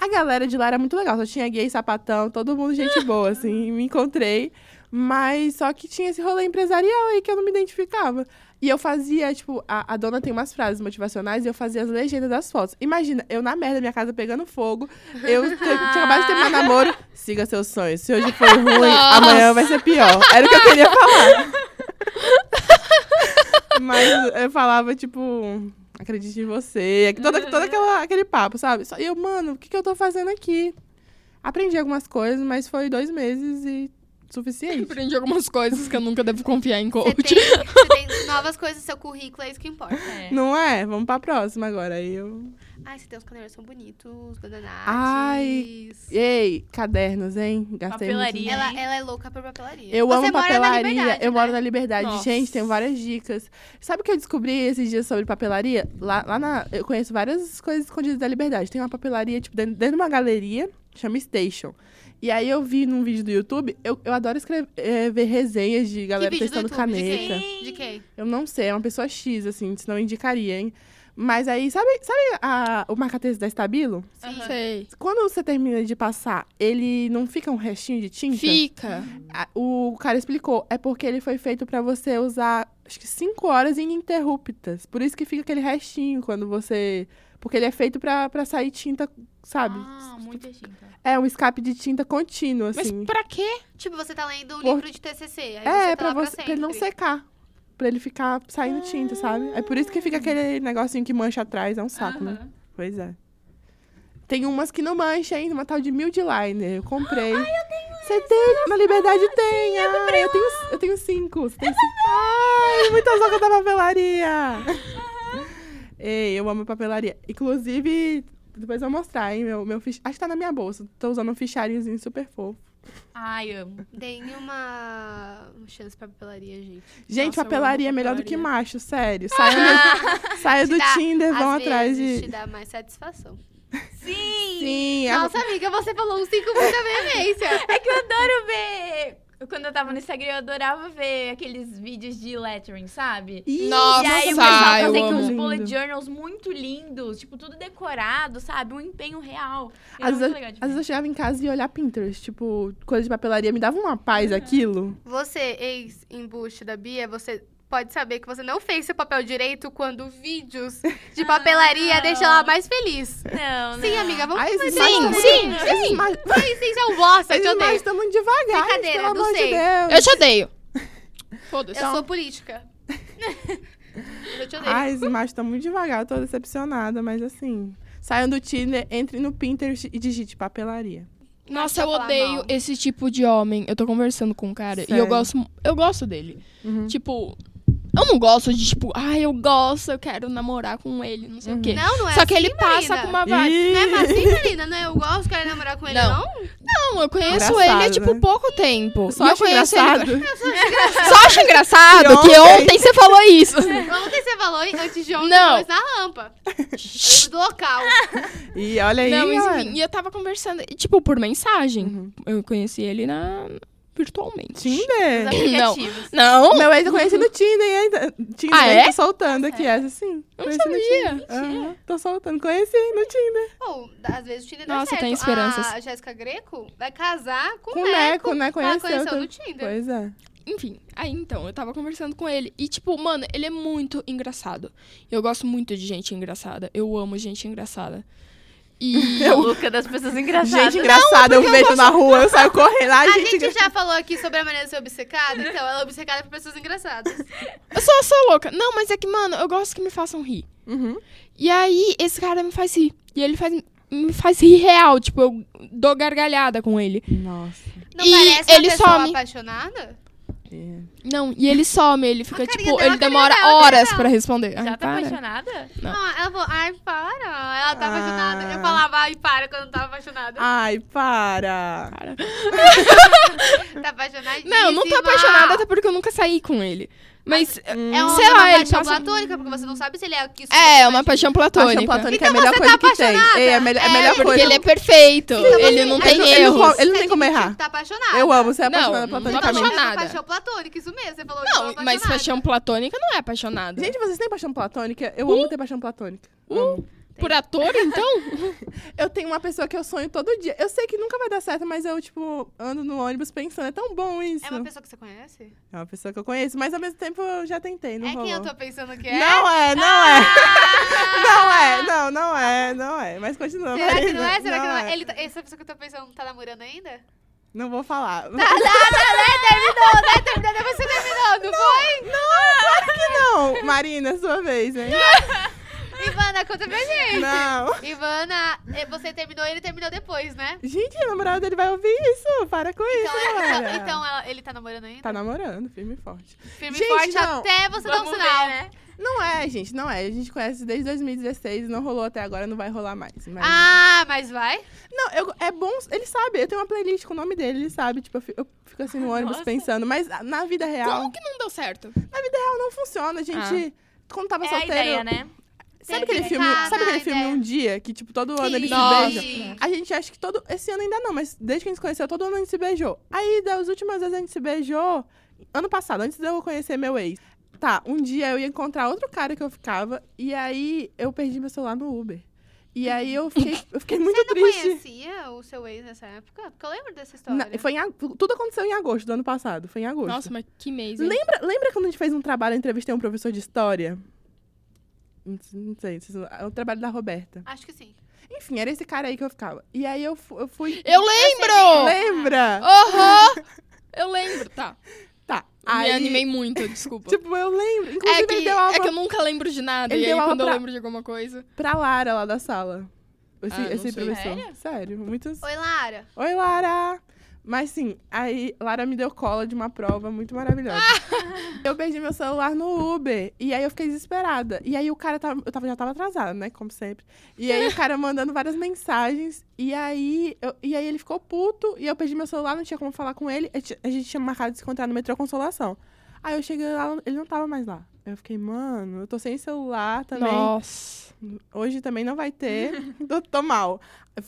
A galera de lá era muito legal, só tinha gay, sapatão, todo mundo gente boa, assim, me encontrei. Mas só que tinha esse rolê empresarial aí que eu não me identificava. E eu fazia, tipo, a, a dona tem umas frases motivacionais e eu fazia as legendas das fotos. Imagina, eu na merda, minha casa pegando fogo, eu te- tinha acabado de terminar namoro, siga seus sonhos. Se hoje foi ruim, amanhã vai ser pior. Era o que eu queria falar. Mas eu falava, tipo, acredite em você. É Todo, todo aquela, aquele papo, sabe? Só- E eu, mano, o que, que eu tô fazendo aqui? Aprendi algumas coisas, mas foi dois meses e suficiente.
Aprendi algumas coisas que eu nunca devo confiar em
Você
coach.
tem, você tem novas coisas no seu currículo, é isso que importa.
É.
Não é? Vamos pra próxima agora. Aí eu.
Ai, você tem uns cadernos são bonitos, bananates.
Ai. Ei, cadernos, hein? Gastei
Papelaria.
muito.
Ela, ela é louca por papelaria.
Eu
Você
amo
mora na
papelaria,
Liberdade,
eu
né?
moro na liberdade.
Nossa.
Gente, tem várias dicas. Sabe o que eu descobri esses dias sobre papelaria? Lá, lá na. Eu conheço várias coisas escondidas da liberdade. Tem uma papelaria, tipo, dentro, dentro de uma galeria, chama Station. E aí eu vi num vídeo do YouTube, eu, eu adoro escrever, eh, ver resenhas de
Que
galera
vídeo do
tá testando
YouTube?
caneta.
De quem? De quem?
Eu não sei, é uma pessoa X, assim, senão eu indicaria, hein? Mas aí, sabe, sabe a- o marca-texto da Estabilo?
Sim.
(laughs) Sei.
Quando você termina de passar, ele não fica um restinho de tinta?
Fica.
A- O cara explicou, é porque ele foi feito pra você usar, acho que 5 horas ininterruptas. Por isso que fica aquele restinho quando você... Porque ele é feito pra, pra sair tinta, sabe?
Ah, muita tinta.
É um escape de tinta contínuo,
Mas
assim.
pra quê?
Tipo, você tá lendo um
Por-
livro de TCC. Aí
É,
você tá
pra,
lá
você, pra
sempre.
ele não secar. Pra ele ficar saindo tinta, sabe? É por isso que fica aquele negocinho que mancha atrás, é um saco, né?
Aham.
Pois é. Tem umas que não mancha ainda, uma tal de Mild Liner. Eu comprei. Ai, eu tenho Você tem? Na Liberdade tem. Eu comprei eu tenho, eu tenho cinco. Você tem cinco. Ai, muitas loucas da papelaria. Ei, eu amo papelaria. Inclusive, depois eu vou mostrar, hein? Meu, meu fich... Acho que tá na minha bolsa. Tô usando um fichariozinho super fofo.
Ai, amo.
Deem uma uma chance pra papelaria, gente.
Gente,
Nossa, eu amo
papelaria é melhor do que
papelaria.
macho, sério. Saia do, saia
Te
do
dá-
Tinder, vão
às
atrás
vezes, te
de.
dá mais satisfação.
Sim, a-
Nossa, amiga, você falou uns cinco com muita veemência.
É que eu adoro ver. Quando eu tava no Instagram, eu adorava ver aqueles vídeos de lettering, sabe?
Ih,
Nossa,
e aí o pessoal
eu
fazendo
amo.
uns
Lindo.
bullet journals muito lindos, tipo, tudo decorado, sabe? Um empenho real.
É
Era muito
Às vezes,
legal de
às vezes
ver.
eu chegava em casa e ia olhar Pinterest, tipo, coisa de papelaria, me dava uma
Uhum.
paz aquilo.
Você, ex-embuste da Bia, você pode saber que você não fez seu papel direito quando
(laughs)
vídeos de papelaria
Ah,
não.
deixam ela mais feliz.
Não, né?
Sim,
(laughs)
amiga, vamos
Ai, esses
fazer
sim,
isso.
sim.
Esses mas,
Sim, sim, já gosta, eu te
esses mas
odeio.
estão muito devagar,
Brincadeira,
pelo
não
amor de
sei.
Deus.
Eu te odeio. (laughs) Foda-se.
Eu sou política. eu te odeio.
Ai, esses machos estão muito devagar, eu tô decepcionada, mas assim... Saiam do Tinder, entre no Pinterest e digite papelaria.
Nossa, eu
Pra falar
odeio
mal.
esse tipo de homem. Eu tô conversando com um cara e
Sério?
eu gosto, mu- eu gosto dele.
Uhum.
Tipo, eu não gosto de tipo, ah, eu gosto, eu quero namorar com ele, não sei o quê.
Não, não é
Só que
assim,
ele passa
Marina.
com uma vibe.
Ih,
Não é mais assim, Marina, não é? Eu gosto, quero namorar com ele, não?
Não. (laughs) Não, eu conheço
Engraçado,
ele há tipo
né?
pouco tempo.
Só
E eu
acho
conheço ele-
engraçado.
(laughs) Só acho engraçado
Que
que
ontem-
ontem você falou isso.
Ontem você falou, e antes de ontem,
Não.
depois na rampa. (laughs) Do local.
E olha aí,
Não, mas
galera.
enfim, e eu tava conversando, e, tipo, por mensagem.
Uhum.
Eu conheci ele na virtualmente.
Os
é
Tinder.
aplicativos.
Não,
Meu ex eu conheci no Tinder e ainda... Tinder,
Ah, é?
Tô soltando aqui essa, sim.
eu não
Conheci no
sabia.
Aham, tô soltando, conheci no Tinder.
Ou, às vezes o Tinder dá
Nossa,
certo.
tem esperanças.
A Jéssica Greco vai casar com,
Com
o
o Neco,
Neco.
né?
Ela
Conheceu.
conheceu
tam-
no Tinder.
Pois é.
Enfim, aí então, eu tava conversando com ele. E, tipo, mano, ele é muito engraçado. Eu gosto muito de gente engraçada. Eu amo gente engraçada.
(laughs)
E.
Eu... Louca é das pessoas engraçadas.
Gente engraçada, eu vejo na
(laughs)
rua, eu saio correndo. Ai,
A
gente,
gente
engra-
já falou aqui sobre a Marina ser obcecada. Então, ela é obcecada por pessoas engraçadas.
Eu sou, eu sou louca. Não, mas é que, mano, eu gosto que me façam rir.
Uhum.
E aí, esse cara me faz rir. E ele faz, me faz rir real. Tipo, eu dou gargalhada com ele.
Nossa.
Não
E
parece uma
ele
pessoa
some.
apaixonada?
é.
Não, e ele some, ele fica,
A carinha
tipo,
dela, a
ele
carinha
demora
dela, a carinha
horas
dela.
pra responder. Ai,
Já tá
Ah, para.
apaixonada?
Não.
Ah, ela falou, ai, para. Ela tá
Ah.
apaixonada. Eu falava, ai, para, quando eu tava
Ah.
apaixonada.
Ai, para.
Para.
Tá apaixonadíssima. Hum.
Não, eu não tô apaixonada, até porque eu nunca saí com ele. Mas. hum,
É uma,
Sei lá,
uma
ele
paixão
passa-
platônica, porque você não sabe se ele é aqui.
É, é uma paixão platônica.
Paixão platônica é a
Então
melhor
você
coisa
tá
que tem.
apaixonada?
Ei, é a melhor, é a
É,
melhor
Porque
coisa.
ele é perfeito.
Então,
ele
assim,
não
a
tem
gente-
ele não
erros.
come- ele não tem como errar.
Tá apaixonada.
Eu amo ser
Não,
apaixonada
não
Então,
platonicamente.
é uma
apaixonada.
paixão platônica, isso mesmo. Você falou
Não,
que eu
mas paixão platônica não é apaixonada.
Gente, vocês têm paixão platônica? Eu amo ter paixão platônica. Amo.
Por ator,
(laughs)
então?
Eu tenho uma pessoa que eu sonho todo dia. Eu sei que nunca vai dar certo, mas eu, tipo, ando no ônibus pensando, é tão bom isso.
É uma pessoa que você conhece?
É uma pessoa que eu conheço, mas ao mesmo tempo eu já tentei, não
é quem eu
rolou.
tô pensando que é?
Não é, não é. (laughs) Não é, não, não é, não é. Mas continua.
Ah! Será que
Marina.
não é? Será que não
Não
é? Ele tá- essa pessoa que eu tô pensando tá namorando (laughs) ainda?
Não vou falar.
Tá, tá, tá, né? Terminou, né? Terminou, depois você terminou, não, foi?
Não, Marina, é sua vez, hein?
Ivana, conta pra gente.
Não.
Ivana, eh, você terminou, ele terminou depois, né?
Gente, o namorado dele vai ouvir isso. Para com isso,
Então, é-
galera.
então, então ela- ele tá namorando ainda?
Tá namorando, firme e forte.
Firme e
Gente,
forte
não.
até você dar um
Vamos
sinal.
ver, né?
Não é, gente, não é. A gente conhece desde 2016, não rolou até agora, não vai rolar mais. mas-
Ah, mas vai?
Não, eu- é bom. Ele sabe, eu tenho uma playlist com o nome dele, ele sabe. Tipo, eu fi- eu fico assim no ônibus
nossa.
pensando. Mas na vida real,
Como que não deu certo?
na vida real não Então funciona. A gente, quando tava
É a
solteiro.
ideia, né? (laughs)
Tem
Sabe aquele
que
filme,
Ah,
ficar
sabe
na
aquele filme
ideia.
Um Dia, que tipo, todo ano ele
Nossa.
se beija?
Sim.
A gente acha que todo. Esse ano ainda não, mas desde que a gente se conheceu, todo ano a gente se beijou. Aí, das últimas vezes a gente se beijou. Ano passado, antes de eu conhecer meu ex. Tá, um dia eu ia encontrar outro cara que eu ficava, e aí eu perdi meu celular no Uber. E aí eu fiquei,
(laughs)
eu fiquei muito
Você não
triste.
conhecia o seu ex nessa época? Porque eu lembro dessa história.
Na- foi em ag- tudo aconteceu em agosto do ano passado. Foi em agosto.
Nossa, mas que mês. hein?
lembra, lembra quando a gente fez um trabalho, eu entrevistei um professor de história? Não sei- Não sei, vocês não- é o trabalho da Roberta.
Acho que sim.
Enfim, era esse cara aí que eu ficava. E aí eu, fu- eu fui.
Eu Ah, lembro!
Lembra?
Aham! Eu lembro, tá.
Tá.
Me animei muito, desculpa.
Tipo, eu lembro. Inclusive,
é, que,
ele deu aula
é que eu nunca lembro de nada.
Ele
e aí,
deu aula
quando eu
pra-
lembro de alguma coisa.
pra Lara lá da sala. Esse,
Ah, não
esse
sei.
professor.
Sério?
muitos.
Oi, Lara.
Oi, Lara! Mas sim, aí Lara me deu cola de uma prova muito maravilhosa. eu perdi meu celular no Uber. E aí eu fiquei desesperada. E aí o cara tava, eu tava, já tava atrasada, né? Como sempre. E aí o cara mandando várias mensagens. E aí, eu- e aí ele ficou puto. E eu perdi meu celular, não tinha como falar com ele. Eu ti- A gente tinha marcado de se encontrar no metrô Consolação. Aí eu cheguei lá, ele não tava mais lá. Eu fiquei, mano, eu tô sem celular também.
Nossa.
Hoje também não vai
(laughs)
ter. tô, tô mal.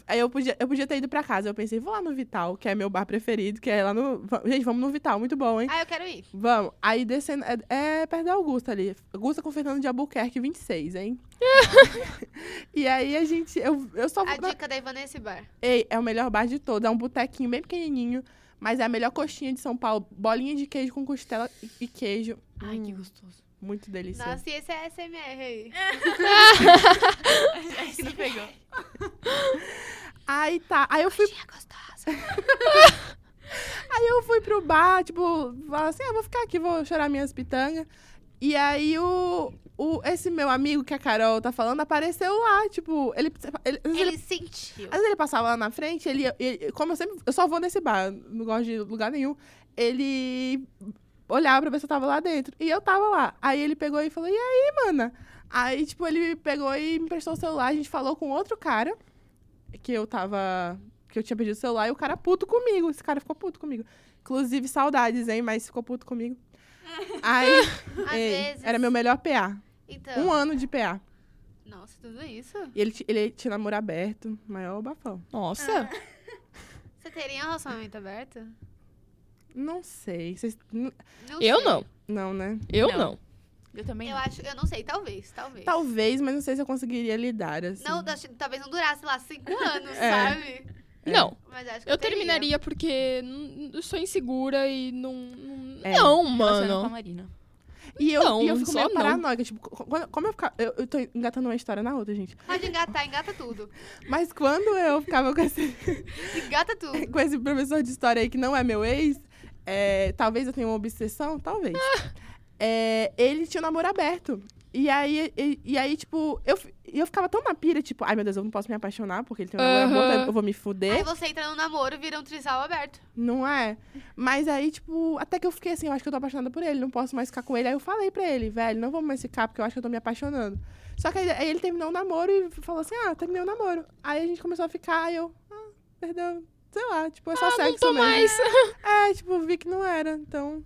Aí eu podia, eu podia ter ido pra casa. Eu pensei, vou lá no Vital, que é meu bar preferido, que é lá no. va- Gente, vamos no Vital, muito bom, hein?
Ah, eu quero ir.
Vamos. Aí descendo. É, é perto da Augusta ali. Augusta com Fernando de Albuquerque, 26,
(laughs)
hein? e aí a gente. Eu, eu só vou.
A dica da Ivana é esse bar.
Ei, é o melhor bar de todos. É um botequinho bem pequenininho, mas é a melhor coxinha de São Paulo. Bolinha de queijo com costela e- e queijo.
Ai, que
Hum,
gostoso.
Muito delícia.
Nossa, e esse é SMR aí?
Acho que não pegou.
Aí tá. Aí eu fui
Tinha gostosa.
(laughs) Aí eu fui pro bar, tipo, falar assim, ah, vou ficar aqui, vou chorar minhas pitangas. E aí o, o esse meu amigo que a Carol tá falando apareceu lá, tipo, ele, ele, às, vezes ele
Ele sentiu.
às vezes ele passava lá na frente, ele, ele- como eu sempre, eu só vou nesse bar, não gosto de lugar nenhum. Ele olhava pra ver se eu tava lá dentro. E eu tava lá. Aí ele pegou e falou: "E aí, mana?" Aí tipo, ele pegou e me emprestou o celular, a gente falou com outro cara que eu tava que eu tinha pedido o celular e o cara puto comigo. Esse cara ficou puto comigo. Inclusive, saudades, hein? Mas ficou
(laughs)
puto comigo. Aí,
Às
ei,
vezes.
é, era meu melhor PA.
Então.
Um ano de PA.
Nossa, tudo isso?
E ele, ti- ele tinha namoro aberto, maior bafão.
Nossa.
Ah, Você teria um relacionamento aberto?
Não sei. Vocês. n-
eu
sei.
não.
Não, né?
Eu
Não.
não.
Eu também
Eu
não.
acho, eu não sei, talvez, talvez.
Talvez, mas não sei se eu conseguiria lidar, assim.
Não, acho que talvez não durasse lá cinco anos,
(laughs) É.
sabe?
Não.
Mas acho que
Eu
teria.
terminaria porque n- eu sou insegura e não. não-
É.
Não,
Relacionando com a
mano.
Marina.
E eu,
Não,
e eu fico
então, só
meio
não.
paranoica. Tipo, co- quando- como eu ficava. Eu, eu tô engatando uma história na outra, gente.
Pode engatar, engata tudo.
Mas quando eu ficava com esse, (laughs)
Engata tudo.
com esse professor de história aí que não é meu ex, é, talvez eu tenha uma obsessão,
(laughs)
talvez. É, ele tinha um namoro aberto. E aí, e, e aí tipo, eu, fi- e eu ficava tão na pira, tipo, ai meu Deus, eu não posso me apaixonar porque ele tem um namoro
Aham.
aberto, eu vou me
Aí
fuder.
você entra no namoro, vira um trisal aberto.
Não é? Mas aí, tipo, até que eu fiquei assim, eu acho que eu tô apaixonada por ele, não posso mais ficar com ele. Aí eu falei pra ele, velho, não vamos mais ficar porque eu acho que eu tô me apaixonando. Só que aí, aí ele terminou o namoro e falou assim, ah, terminei o namoro. Aí a gente começou a ficar, aí eu, ah, perdão, sei lá, tipo, é só
Ah, não
sexo
tô
mesmo.
mais.
(laughs) É, tipo, vi que não era, então...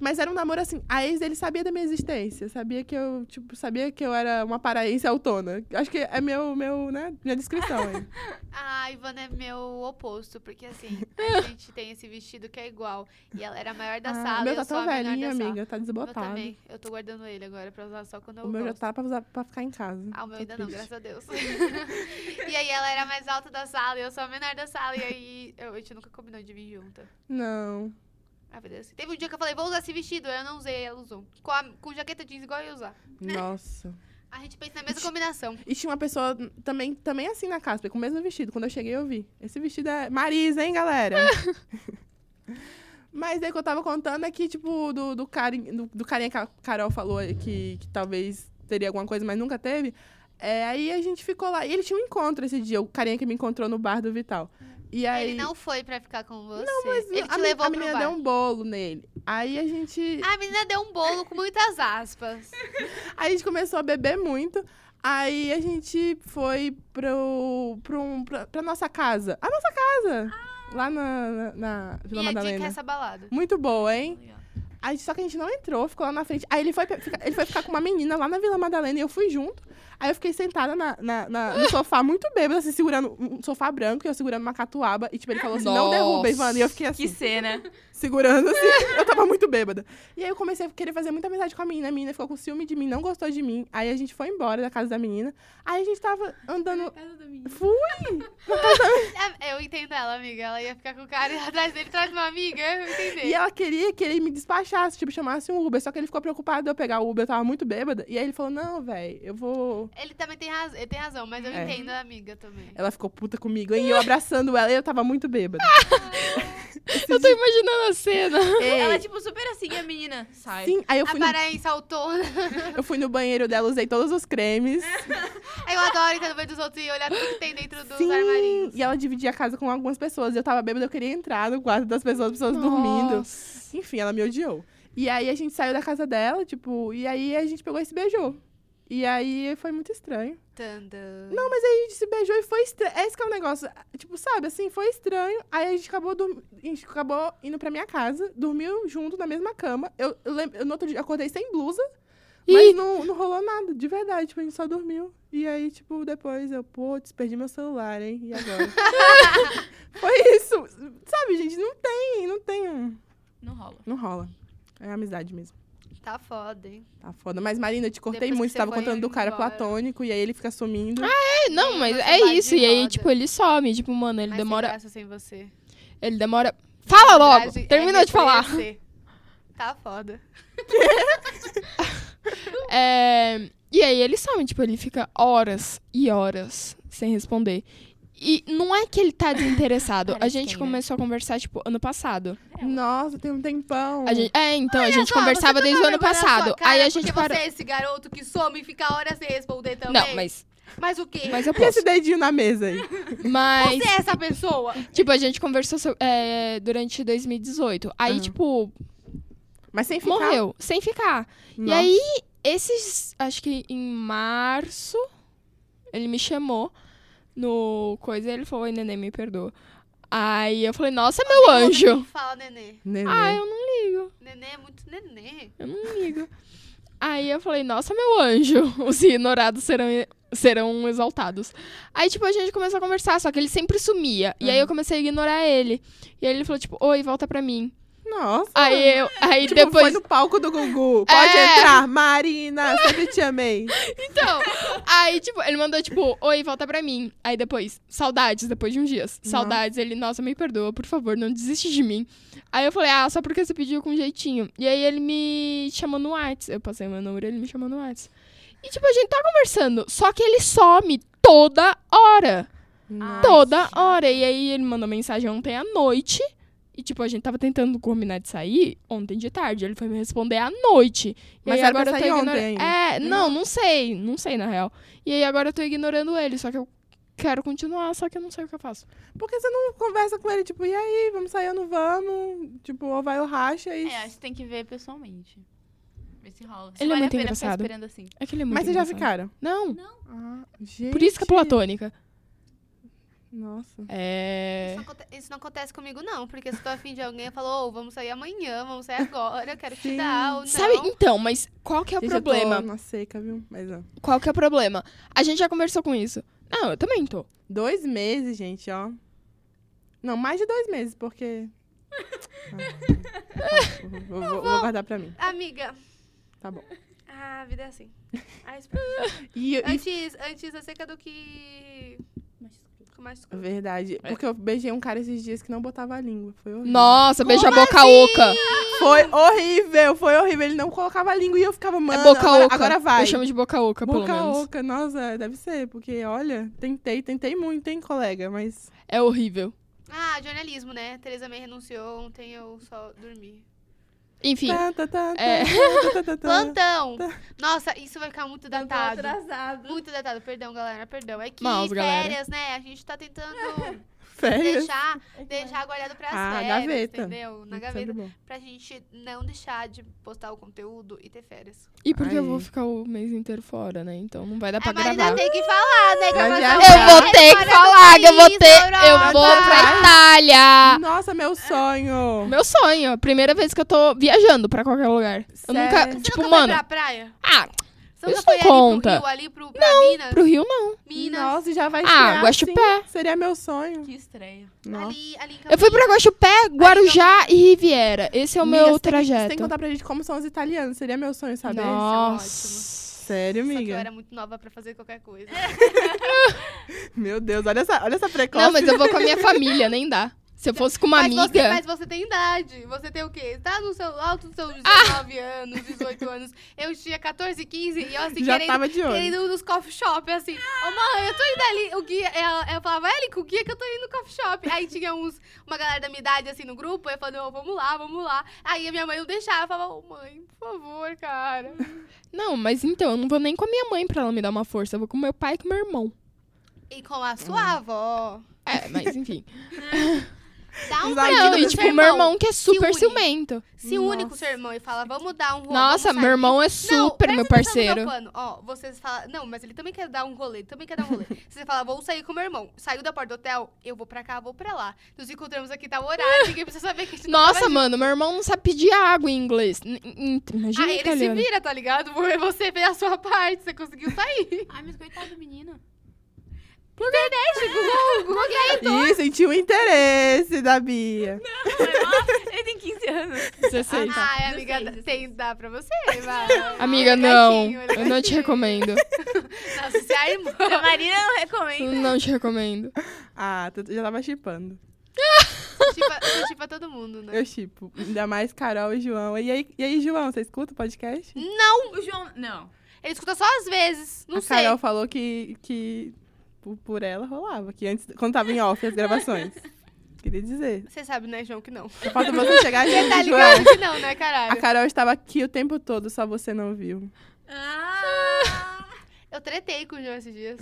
Mas era um namoro assim, a ex dele sabia da minha existência, sabia que eu, tipo, sabia que eu era uma paraense autona. Acho que é meu, meu, né, minha descrição aí.
A Ivana é meu oposto, porque assim,
(laughs)
a gente tem esse vestido que é igual. E ela era a maior (laughs) da
Ah,
sala,
meu
eu
tá
sou a
tão
menor
velhinho,
da sala.
amiga, tá
Eu
desbotado.
também. Eu tô guardando ele agora pra usar só quando eu
O meu já
gosto.
tá pra, usar, pra ficar em casa.
Ah, o meu
Tô
ainda não,
triste.
graças a Deus. (laughs) e aí ela era a mais alta da sala e eu sou a menor da sala. E aí eu, a gente nunca combinou de vir junta. (laughs)
Não.
A vida é assim. Teve um dia que eu falei, vou usar esse vestido. Eu não usei, ela usou. Com, a, com jaqueta jeans igual eu ia usar.
Nossa.
A gente pensa na mesma combinação.
E tinha uma pessoa também, também assim na Casper, com o mesmo vestido. Quando eu cheguei, eu vi. Esse vestido é Marisa, hein, galera?
(laughs)
Mas daí o que eu tava contando é que, tipo, do, do, carinha, do, do carinha que a Carol falou aí que, que talvez teria alguma coisa, mas nunca teve. É, aí a gente ficou lá. E ele tinha um encontro esse dia, o carinha que me encontrou no bar do Vital. E aí.
Ele não foi pra ficar com você. Não,
mas
Ele
a,
te
men-
levou
a
pro
menina
bar.
deu um bolo nele. Aí a gente.
(laughs) A menina deu um bolo com muitas (laughs) aspas.
Aí a gente começou a beber muito. Aí a gente foi pro, pro um, pra, pra nossa casa. A nossa casa! Lá na, na, na Vila
Ah. Minha dica
Madalena.
é essa balada.
Muito boa, hein? Aí, só que a gente não entrou, ficou lá na frente. Aí ele foi, pe- fica- ele foi ficar com uma menina lá na Vila Madalena e eu fui junto. Aí eu fiquei sentada na, na- na-
Ah.
no sofá, muito bêbada, assim, segurando um sofá branco e eu segurando uma catuaba. E, tipo, ele falou assim, não
Nossa.
derruba, Ivana. E eu fiquei assim,
Que cena.
segurando, assim. eu tava muito bêbada. E aí eu comecei a querer fazer muita amizade com a menina. A menina ficou com ciúme de mim, não gostou de mim. Aí a gente foi embora da casa da menina. Aí a gente tava andando... Fui!
Ah, Eu entendo ela, amiga. Ela ia ficar com o cara atrás dele, traz uma amiga. Eu entendi.
E ela queria que ele me despachasse, tipo, chamasse um Uber. Só que ele ficou preocupado de eu pegar o Uber, eu tava muito bêbada. E aí ele falou, não, velho, eu vou...
Ele também tem, raz... ele tem razão, mas eu
É.
entendo a amiga também.
Ela ficou puta comigo, hein? E eu abraçando ela e eu tava muito bêbada.
Eu
assim?
tô imaginando a cena.
(laughs)
Ei,
Ela, tipo, super assim, e a menina sai.
Sim, Assim, aí eu
A
fui, no,
paraense né? autona.
eu fui no banheiro dela, usei todos os cremes.
Eu adoro entrar no banho dos outros e olhar tudo que tem dentro dos
Sim,
armarinhos.
e ela dividia a casa com algumas pessoas. Eu tava bêbada, eu queria entrar no quarto das pessoas, as pessoas dormindo.
Nossa.
Enfim, ela me odiou. E aí a gente saiu da casa dela, tipo, e aí a gente pegou e se beijou. E aí foi muito estranho.
Tandã.
Não, mas aí a gente se beijou e foi estranho. Esse que é o negócio. Tipo, sabe, assim, foi estranho. Aí a gente acabou, dormi- a gente acabou indo pra minha casa, dormiu junto na mesma cama. Eu, eu, lem- eu no outro dia acordei sem blusa. Mas
Ih,
não, não rolou nada, de verdade. Tipo, a gente só dormiu. E aí, tipo, depois eu, putz, perdi meu celular, hein?
(laughs)
E agora? Foi isso. Sabe, gente, não tem, não tem um.
Não rola.
Não rola. É amizade mesmo.
Tá foda, hein?
Tá foda. Mas, Marina, eu te
Depois
cortei
que
muito.
você
Você tava
foi
contando do cara
embora. Ah,
platônico e aí ele fica sumindo.
é, não, mas
Nossa,
é
vai de
isso. E aí,
roda.
tipo, ele some. Tipo, mano, ele
Mas Sem
demora.
graça sem você.
Ele demora. Fala Tá, logo!
Coragem é
Termina de falar.
reconhecer. Tá foda.
É, e aí ele some, tipo, ele fica horas e horas sem responder. E não é que ele tá desinteressado. a
Parece
gente
é?
quem, né?
começou a conversar, tipo, ano passado.
Nossa, tem um tempão.
A gente- é, então, a gente
Hum. Só,
conversava
você
desde o
tá
ano
vergonha na sua
passado.
cara
aí a
porque
gente parou.
você é esse garoto que some e fica horas sem responder também?
Não, mas,
Mas o quê?
mas eu
E esse
posso.
dedinho na mesa aí?
Mas,
Você é essa pessoa?
tipo, a gente conversou so- é, durante 2018. Aí,
Aham.
tipo,
Mas sem Ah. ficar.
morreu, sem ficar. E
Nossa.
aí, esses. Acho que em março, ele me chamou no coisa e ele falou: Oi, neném, me perdoa. Aí eu falei: Nossa, é meu anjo.
Fala, nenê.
Nenê.
Ah, eu não ligo,
Nenê é muito nenê.
eu não ligo. Aí eu falei: Nossa, é meu anjo. (laughs) Os ignorados serão. Serão exaltados. Aí, tipo, a gente começou a conversar, só que ele sempre sumia. E
Ah.
aí eu comecei a ignorar ele. E aí ele falou, tipo, oi, volta pra mim.
Nossa.
Aí eu. Aí
Ah. Tipo, foi
depois.
no palco do Gugu. Pode
É.
entrar, Marina. Sempre te amei.
Então, aí, tipo, ele mandou, tipo, oi, volta pra mim. Aí depois, saudades, depois de uns dias. Saudades, ele, nossa, me perdoa, por favor, não desiste de mim. Aí eu falei, ah, só porque você pediu com jeitinho. E aí ele me chamou no Whats. Eu passei meu número, ele me chamou no Whats. E, tipo, a gente tá conversando, só que ele some toda hora.
Nossa.
Toda hora. E aí ele mandou mensagem ontem à noite. E, tipo, a gente tava tentando combinar de sair ontem de tarde. Ele foi me responder à noite. E aí
Mas era pra
agora eu tô
sair ontem
ignorando.
ainda.
É, não, não sei. Não sei, na real. E aí agora eu tô ignorando ele, só que eu quero continuar, só que eu não sei o que eu faço.
Por que você não conversa com ele, tipo, e aí, vamos sair ou não vamos? Tipo, ou vai ou racha e...
É, acho que tem que ver pessoalmente. Ver se rola. Se
Ele é
vale
muito
a pena ficar
engraçado.
esperando assim.
É que ele é muito
Mas vocês já
engraçado.
ficaram?
Não.
Ah, gente.
Por isso que é platônica.
Nossa.
É.
Isso, não aconte- isso não acontece comigo, não. Porque se eu tô afim de alguém, eu falo, ô, vamos sair amanhã, vamos sair agora, eu quero te
Sim.
dar. Ou não.
Sabe, então, mas qual que é o
Gente, eu tô
problema?
na seca, viu? Mas, ó.
Qual que é o problema? A gente já conversou com isso. Não, eu também tô.
Dois meses, gente, ó. Não, mais de dois meses, porque... Ah, vou, vou- vou- vou guardar pra mim.
Amiga,
Tá bom.
a vida é assim.
(laughs)
Ai,
E, e-
antes, antes a seca do que... Com mais escuro.
Verdade. Porque eu beijei um cara esses dias que não botava a língua. Foi horrível.
É. Nossa,
Como
beija a boca oca.
Foi horrível, foi horrível. Ele não colocava a língua e eu ficava, mano,
é boca
agora,
oca.
agora vai.
Eu chamo de boca oca, pelo
Boca
menos.
oca, nossa, deve ser, porque olha, tentei, tentei muito, hein, colega, mas.
É horrível.
Ah, jornalismo, né? Tereza May renunciou, ontem eu só dormi.
Enfim,
Tá, tá, tá, tá,
É.
tá, tá, tá, tá.
Plantão! Nossa, isso vai ficar muito datado.
atrasado.
Muito datado, perdão, galera, perdão. É que
Mouse, galera. (laughs) É
férias, né? A gente tá tentando
Férias.
Deixar, deixar guardado pras
Ah,
férias,
gaveta.
entendeu?
Tá
Na
Sempre
gaveta.
bom.
Pra gente não deixar de postar o conteúdo e ter férias.
E porque eu vou
Aí.
ficar o mês inteiro fora, né? Então não vai dar pra
a Marina
gravar.
tem que falar, né? Que
Vai
ela
viajar.
vai
Eu vou
pra
ter que
é fora do
falar que eu vou
país,
ter. Eu
Europa.
vou pra
Vai.
Itália.
Nossa, meu sonho.
Meu sonho. Primeira vez que eu tô viajando pra qualquer lugar. Eu nunca.
Sério? Você
Você
Tipo,
nunca
mano.
foi pra praia?
Ah,
Você
Isso
nunca foi
não
ali pro
conta.
Rio, ali pro, pra Minas?
pro Rio não.
Minas.
Nossa, já vai
Ah,
estrear,
Guaxupé.
sim. Seria meu sonho.
Que estranha.
Nossa.
Ali, ali em
Eu fui pra
Campinas.
Guaxupé, Guarujá e Riviera. Esse é o
Amiga,
meu
você tem que- você tem que
trajeto.
contar pra gente como são os italianos. Seria meu sonho saber.
Nossa.
Sério,
Só que eu
amiga?
era muito nova pra fazer qualquer coisa.
Meu Deus, olha essa, olha essa precoce.
Não, mas eu vou com a minha família, nem dá. Se eu fosse com uma
mas, Você,
amiga.
mas você tem idade. Você tem o quê? Tá no seu alto dos seus 19 anos, 18 anos. Eu tinha 14, 15 e eu assim,
Já
querendo,
tava de olho.
querendo ir nos coffee shop, assim. Ô, mãe, eu tô indo ali. O guia, ela, eu falava, ele com o guia que eu tô indo no coffee shop. Aí tinha uns, uma galera da minha idade, assim, no grupo. Eu falando, ô, vamos lá, vamos lá. Aí a minha mãe não deixava. Eu falava, ô, mãe, por favor, cara.
Não, mas então, eu não vou nem com a minha mãe pra ela me dar uma força. Eu vou com meu pai e com meu irmão.
E com a sua avó.
É,
(laughs)
mas enfim.
Dá um
Não,
partido
Não,
pro
e
seu
tipo, meu irmão que é super
une.
ciumento.
Se une com
Nossa.
seu irmão e fala, vamos dar um rolê.
Nossa,
vamos
meu
sair.
irmão é
Não,
super meu
presta atenção no
parceiro.
meu plano. Ó, vocês falam. Não, mas ele também quer dar um rolê, ele também quer dar
(laughs)
um rolê. Você fala, vou sair com meu irmão. Saiu da porta do hotel, eu vou pra cá, vou pra lá. Nos encontramos aqui, tá o
(laughs)
horário, ninguém precisa saber que a gente
Nossa,
tava junto.
mano, meu irmão não sabe pedir água em inglês. N- n- Imagina
Aí Ah, ele se
italiano.
vira, tá ligado? Porque você fez a sua parte, você conseguiu
(laughs)
sair. (laughs)
Ai, mas coitado do menino.
Internet, Google, Google.
Ih, senti o interesse da Bia.
é Ele tem 15 anos.
16.
Ai, amiga, tem, dá pra
(laughs)
você, vai. Ah,
Amiga,
tá. Ele é
não.
gatinho, ele é
Eu não te
gatinho.
recomendo.
Nossa, se a irmã.
A Marina não
(laughs) Eu
recomenda.
não te recomendo.
Ah, tu- já tava chipando.
Chipa, você chipa todo mundo, né?
Eu chipo. Ainda mais Carol e João. E aí, e aí João, você escuta o podcast?
O João. Não.
Ele escuta só às vezes, não
a
sei.
Carol falou que, que por, por ela rolava. Que antes, quando tava em off as gravações. Queria dizer.
Você sabe, né, João, que não.
Só falta você chegar e
Você tá
dizer,
ligado
João.
que não, né, caralho?
A Carol estava aqui o tempo todo, só você não viu.
Ah!
Eu tretei com o João esses dias.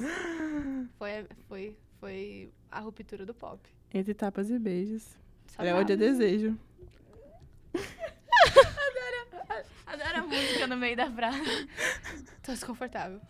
Foi, a- foi, foi a ruptura do pop.
Entre tapas e beijos.
Só
Olha
nada.
onde eu desejo.
Adoro a música no meio da frase.
Tô desconfortável.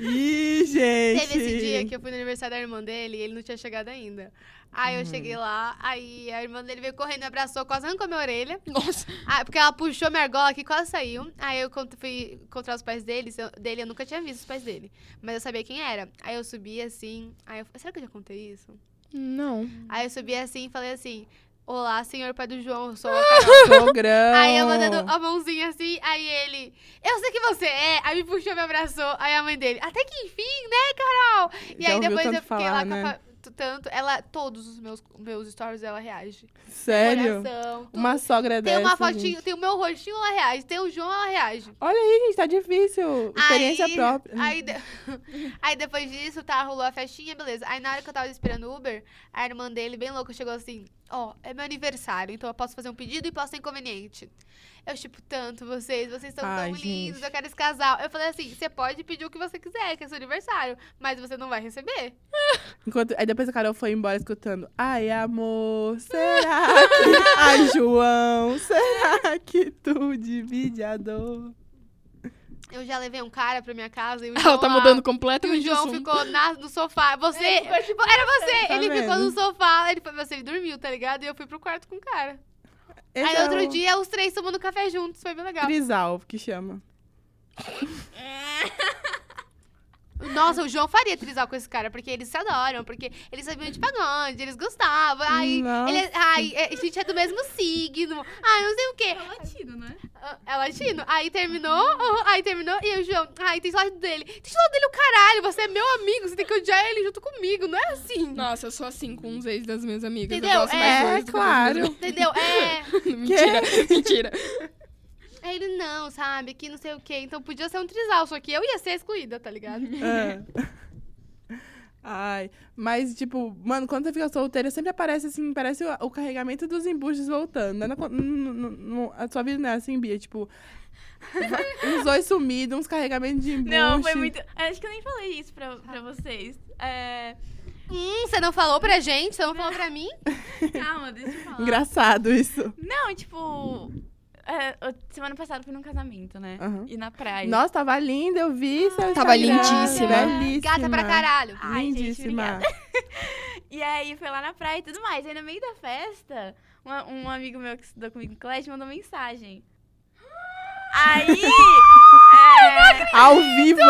Ih, gente.
Teve esse dia que eu fui no aniversário da irmã dele e ele não tinha chegado ainda.
Uhum.
Aí eu cheguei lá, aí a irmã dele veio correndo, me abraçou, quase arrancou minha orelha.
Nossa.
Ah, porque ela puxou minha argola que quase saiu. Aí eu quando fui encontrar os pais deles, eu- dele, eu nunca tinha visto os pais dele. Mas eu sabia quem era. Aí eu subi assim. Aí eu, será que eu já contei isso?
Não.
Aí eu subi assim e falei assim: Olá, senhor pai do João, eu sou a
Ah.
Carol.
Sogrão.
Aí eu mandando a mãozinha assim, aí ele, eu sei que você é, aí me puxou, me abraçou, aí a mãe dele, até que enfim, né, Carol? E
Já
aí
ouviu
depois eu
tanto
fiquei
falar,
lá
né?
com a fa- tu- tanto, ela, todos os meus, meus stories ela reage.
Sério?
Coração, tudo.
Uma sogra
Tem
dessa.
uma
gente.
fotinho, tem o meu rostinho, ela reage, tem o João, ela reage.
Olha aí, gente, tá difícil. Experiência
aí,
própria.
Aí, de- (laughs) aí depois disso, tá, rolou a festinha, beleza. Aí na hora que eu tava esperando o Uber, a irmã dele, bem louca, chegou assim: Ó, é meu aniversário, então eu posso fazer um pedido e posso ter inconveniente. Eu, tipo, tanto vocês, vocês são
Ai,
tão
gente.
lindos, eu quero esse casal. Eu falei assim: você pode pedir o que você quiser, que é seu aniversário, mas você não vai receber.
Enquanto... Aí depois a Carol foi embora escutando. Ai, amor, será
(laughs)
que. Ai, João, será que tu divide a dor?
Eu já levei um cara pra minha
(laughs)
casa e o
Ela
João
tá
lá-
mudando
E o
completamente de
João
assunto.
ficou na- no sofá. Você. era você!
Tá
ele ficou
vendo?
no sofá, ele foi, você dormiu, tá ligado? E eu fui pro quarto com o cara.
Esse
Aí
é
outro
o
dia os três tomando café juntos, foi bem legal.
Trisal, que chama.
Nossa, o João faria trisal com esse cara, porque eles se adoram, porque eles sabiam de pagode, eles gostavam. Ai,
Nossa.
ele, ai, é- a gente é do mesmo signo. Ai, não sei o quê.
Latino, né?
Ah, É latino. Aí terminou, (laughs) oh, aí terminou, e o João, ai, tem saudade dele. Tem saudade dele o caralho, você é meu amigo, você tem que odiar ele junto comigo, não é assim.
Nossa, eu sou assim com uns ex das minhas amigas.
Entendeu?
Eu gosto
É,
mais dois.
claro. (laughs)
Entendeu? É. (laughs)
Mentira, (laughs) mentira.
Aí ele não, sabe, que não sei o quê. Então podia ser um trisal, só que eu ia ser excluída, tá ligado?
(laughs) É. Ai, mas tipo, mano, quando você fica solteira, sempre aparece assim, parece o, o carregamento dos embustes voltando. né? Não- não- não- não- a sua vida não é assim, Bia, tipo, va- uns dois sumidos, uns carregamentos de embuste.
Não, foi muito. Acho que eu nem falei isso pra, pra vocês. É,
Hum, você não falou pra gente? Você não falou pra mim?
Calma, deixa eu falar.
Ah. Engraçado isso.
Não, tipo. é, eu- semana passada eu fui num casamento, né?
Aham.
E na praia.
Nossa, tava linda, eu vi. seu
Tava
Instagram,
lindíssima.
Belíssima.
Gata pra caralho.
Ai, gente,
Lindíssima.
E aí foi lá na praia e tudo mais. Aí no meio da festa, uma- um amigo meu que estudou comigo no colégio mandou mensagem. Aí. é,
Ao vivo!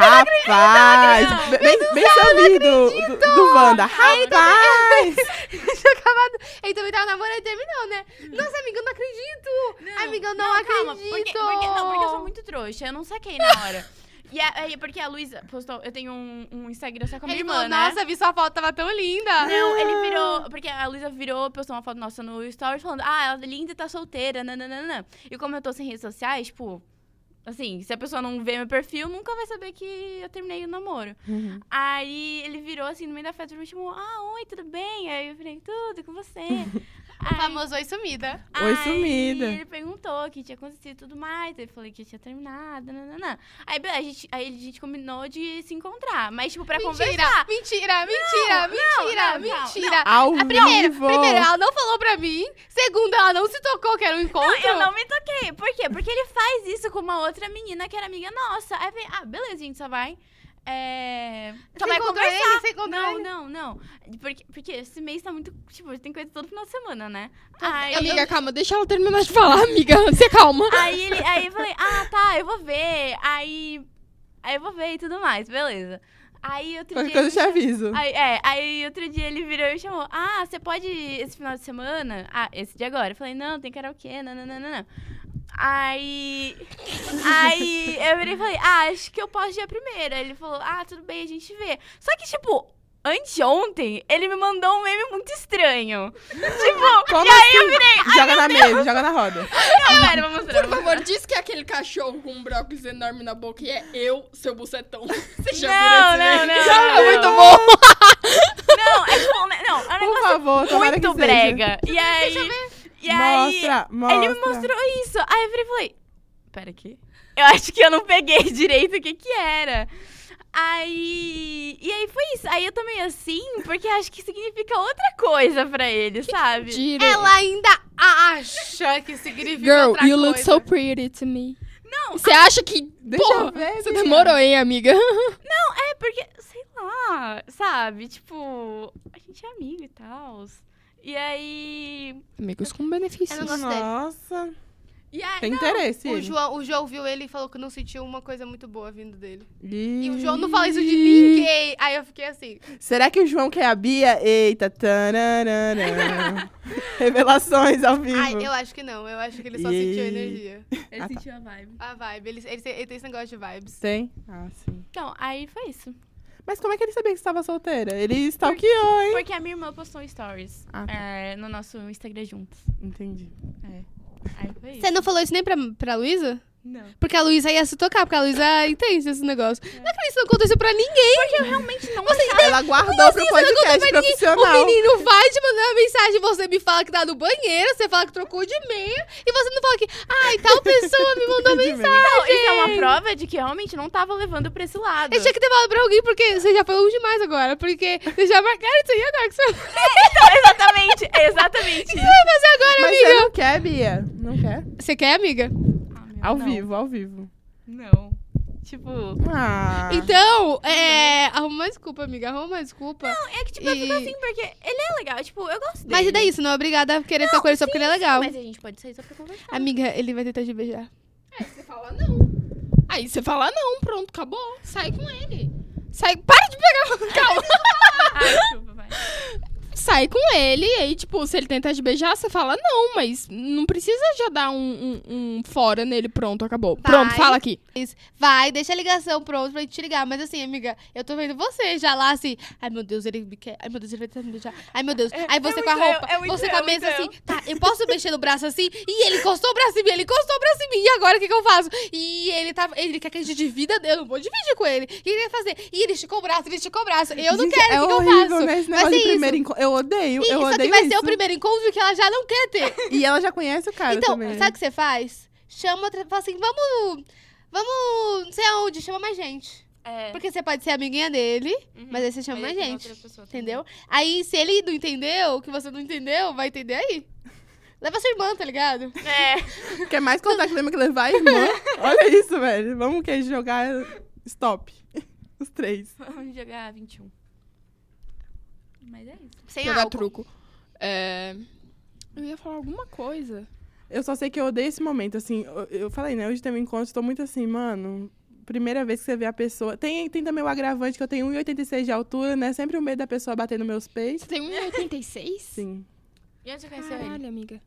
Rapaz!
não acredito.
Bem, bem seu do, do, do Wanda. Rapaz!
Tinha acabado. Ele também tava namorando Então, e terminou, né? Nossa, amiga, eu não acredito. Amiga, eu não,
Hum. calma,
acredito.
porque- porque- não, porque eu sou muito trouxa, eu não saquei na hora. E a- aí, porque a Luísa postou, eu tenho um, um Instagram só com a minha
Ele
irmã,
falou,
né?
nossa, vi sua foto, tava tão linda.
Não, ele virou. Porque a Luísa virou, postou uma foto nossa no story falando, ah, ela é linda e tá solteira, nananana. E como eu tô sem redes sociais, tipo, assim, se a pessoa não vê meu perfil, nunca vai saber que eu terminei o namoro. Aí ele virou assim no meio da festa e me chamou, ah, oi, tudo bem? Aí eu falei, tudo, e
(laughs)
com você.
O famoso oi sumida.
Oi, sumida.
Aí ele perguntou o que tinha acontecido e tudo mais. Aí eu falei que tinha terminado, nananã. Aí, beleza, a gente, aí a gente combinou de se encontrar. Mas, tipo, pra
Mentira,
conversar.
mentira, mentira, mentira,
não, não,
mentira.
Ao
A primeira,
vivo!
É, primeiro, ah, ela não falou pra mim. Segundo, ela não se tocou que era um encontro.
Não, eu não me toquei. Por quê? Porque ele faz isso com uma outra menina que era amiga nossa. Aí eu falei, ah, beleza, a gente só vai. É...
Você
Só vai
encontrou ele?
conversar.
Você encontrou
Não,
ele?
não, não. Porque, porque esse mês tá muito. Tipo, tem coisa todo final de semana, né?
Amiga, calma, deixa ela terminar de falar, amiga. Você calma.
Aí, ele, aí eu falei, ah, tá, eu vou ver. Aí. Aí eu vou ver e tudo mais, beleza. Aí outro
Qualquer
dia.
coisa
ele
eu te
me
aviso.
Aí, é, aí outro dia ele virou e me chamou. Ah, você pode ir esse final de semana? Ah, esse de agora. Eu falei, não, tem karaokê, não, não, não, não, não. Aí. aí eu virei e falei, ah, acho que eu posso dia primeiro. Aí ele falou, ah, tudo bem, a gente vê. Só que, tipo, anteontem, ele me mandou um meme muito estranho. (laughs) tipo,
Como
e aí eu
assim?
virei. Ai,
Joga na mesa, joga na roda.
não, pera, vou mostrar.
Por favor, diz que é aquele cachorro com um brócolis enorme na boca e é eu, seu bucetão. (laughs) Você já
Não,
viu esse
não, não,
meme?
não.
É muito bom.
Não, é tipo, né, não, é um
Por
negócio
favor, tomara que
muito
seja.
brega. E aí. E aí.
Mostra, mostra.
Ele me mostrou isso. Aí eu virei e falei, pera aqui.
(laughs)
Eu acho que eu não peguei direito o que que era. Aí. E aí foi isso. Aí eu tomei assim, porque acho que significa outra coisa pra ele, sabe?
Ela ainda acha que significa
(laughs) Girl,
outra
you look
coisa.
so pretty to me.
Não,
Você acha que.
Deixa eu
Porra,
ver,
você
menina.
demorou, hein, amiga? (laughs)
é porque, sei lá, sabe? Tipo, a gente é amigo e tal. E aí.
Amigos com benefícios.
Eu não gosto dele.
Nossa,
E aí.
tem interesse.
O
ele.
João, o João viu ele e falou que não sentiu uma coisa muito boa vindo dele.
E
E o João não fala isso de ninguém. Aí eu fiquei assim.
Será que o João quer a Bia? Eita, tananana. Revelações ao vivo.
Ai, eu acho que não. Eu acho que ele só
E-
sentiu a energia.
Ele
Ah, tá.
sentiu a vibe.
A vibe. Ele, ele, ele tem esse negócio de vibes.
Tem? Ah, sim.
Então, aí foi isso.
Mas como é que ele sabia que você estava solteira? Ele stalkeou, hein?
Porque a minha irmã postou stories
Ah, tá.
é, no nosso Instagram juntos.
Entendi.
Aí foi isso.
Você não falou isso nem pra, pra Luísa?
Não.
Porque a Luísa ia se tocar, porque a Luísa entende esse negócio. Não acredito que isso não aconteceu pra ninguém. Porque eu realmente não Você
Ela guardou pro podcast
O
profissional.
menino vai te mandar uma mensagem, você me fala que tá no banheiro, você fala que trocou de meia, e você não fala que, ai, tal pessoa me mandou
De
mensagem.
mim.
Não, isso é uma prova de que realmente não tava levando pra esse lado.
Eu tinha que ter falado pra alguém, porque você já foi longe demais agora, porque vocês já marcaram isso aí agora, o que você
Então, exatamente, (laughs) exatamente.
vai fazer agora,
Mas
amiga?
você não quer, Bia? Não quer?
Você quer, amiga?
Ao
Ah, não,
vivo, ao vivo.
Não. Tipo.
Ah.
Então, é, arruma uma desculpa, amiga, arruma uma desculpa.
É que, tipo,
E-
eu fico assim, porque ele é legal. Tipo, eu gosto dele.
Mas e daí, você não é obrigada a querer ficar com ele só porque ele é legal.
Mas a gente pode sair só pra conversar.
Amiga, ele vai tentar te beijar.
Você fala não. Aí você fala não, pronto, acabou. Sai com ele. Sai, para de pegar. Calma.
Ah, desculpa, vai.
Sai com ele, e aí, tipo, se ele tentar te beijar, você fala não, mas não precisa já dar um, um- um fora nele, pronto, acabou.
Vai.
Pronto, fala aqui.
Vai, deixa a ligação pronta pra gente te ligar. Mas assim, amiga, eu tô vendo você já lá assim. Ai, meu Deus, ele me quer. Ai, meu Deus, ele vai tentar me beijar. Ai, meu Deus. Aí você
é
com a
muito eu,
roupa,
é muito
você
eu,
com a
é muito
mesa assim.
eu.
Tá, eu posso mexer no braço assim? E ele encostou o braço em mim, ele encostou o braço em mim. E agora o que, que eu faço? E ele tá. Ele quer que a gente divida, eu não vou dividir com ele. O que ele vai fazer? E ele esticou o braço, ele esticou o braço. Eu não
Gente,
quero, o
é
que, que eu
horrível,
faço?
Né? Esse
Vai
negócio
ser
de primeiro
isso.
encontro. Eu odeio,
Ih,
eu
só
odeio
que vai
isso.
ser o primeiro encontro que ela já não quer ter.
E ela já conhece o cara
Então,
também. né?
sabe o que você faz? Chama, outra- fala assim, vamos. Vamos, não sei aonde, chama mais gente.
É.
Porque você pode ser amiguinha dele,
Uhum.
mas aí você chama
Mas
a
aí tem
gente.
outra pessoa também.
Entendeu? Aí, se ele não entendeu, o que você não entendeu, vai entender aí. Leva sua irmã, tá ligado?
É.
(laughs)
(laughs)
Quer mais contato clima que levar a irmã? Olha isso, velho. Vamos que jogar stop. (laughs) Os três.
(laughs) Vamos jogar 21. Mas é isso.
Sem
Jogar
álcool.
truco. É... Eu ia falar alguma coisa.
Eu só sei que eu odeio esse momento, assim. Eu, eu falei, né? Hoje teve um encontro, tô muito assim, mano. Primeira vez que você vê a pessoa. Tem, tem também o agravante que eu tenho 1,86 de altura, né? Sempre o medo da pessoa bater nos meus peitos.
Você tem 1,86?
Sim.
E onde você
É,
conheceu ele?
Caralho, amiga.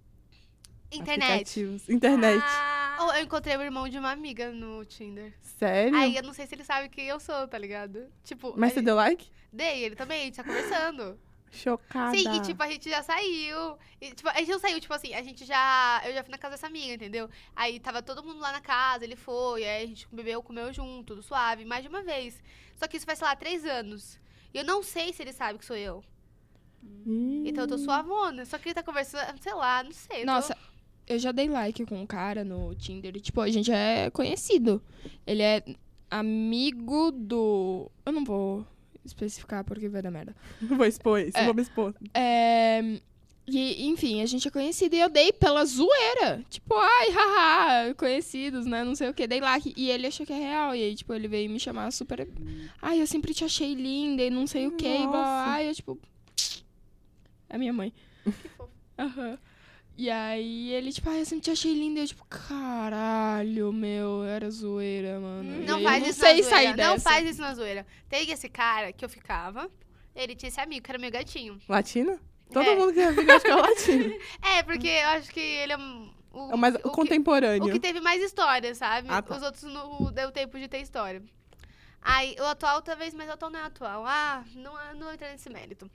Internet.
Aplicativos. Internet.
Ah,
Ou eu encontrei o irmão de uma amiga no Tinder.
Sério?
Aí eu não sei se ele sabe quem eu sou, tá ligado? Tipo,
Mas você
ele-
deu like?
dei, ele também, a gente tá conversando.
Chocada.
Sim, e tipo, a gente já saiu. E, tipo, a gente não saiu, tipo assim, a gente já. Eu já fui na casa dessa amiga, entendeu? Aí tava todo mundo lá na casa, ele foi, aí a gente bebeu, comeu junto, tudo suave, mais de uma vez. Só que isso faz, sei lá, três anos. E eu não sei se ele sabe que sou eu.
Hum.
Então eu tô suavona. Só que ele tá conversando, sei lá, não sei. eu tô-
Nossa, eu já dei like com um cara no Tinder. e, Tipo, a gente é conhecido. Ele é amigo do. Eu não vou especificar porque vai dar merda.
Não (laughs) vou expor isso,
É.
vou me expor.
É. E, enfim, a gente é conhecido e eu dei pela zoeira. Tipo, ai, (laughs) haha, conhecidos, né? Não sei o que, dei like. E ele achou que é real. E aí, tipo, ele veio me chamar super. Ai, eu sempre te achei linda e não sei o que.
Nossa.
Ai, eu, tipo. É minha mãe. (laughs)
Que fofo.
Aham. E aí ele, tipo, ai, eu sempre te achei linda. E eu, tipo, caralho, meu, era zoeira, mano. E
Não
aí,
faz
eu
isso
hum, não sei
na zoeira.
sair
não
dessa.
faz isso na zoeira. Tem esse cara que eu ficava. Ele tinha esse amigo, que era meu gatinho.
Latina? Todo
É.
mundo que é amigo acho que
(laughs)
é latino.
É, porque eu acho que ele é um- o,
É mais
o que-
contemporâneo.
O que teve mais história, sabe?
Ah, tá.
Os outros não deu tempo de ter história. Aí, o atual talvez, mas o atual não é atual. Ah, não, é- não entra nesse
(laughs)
mérito.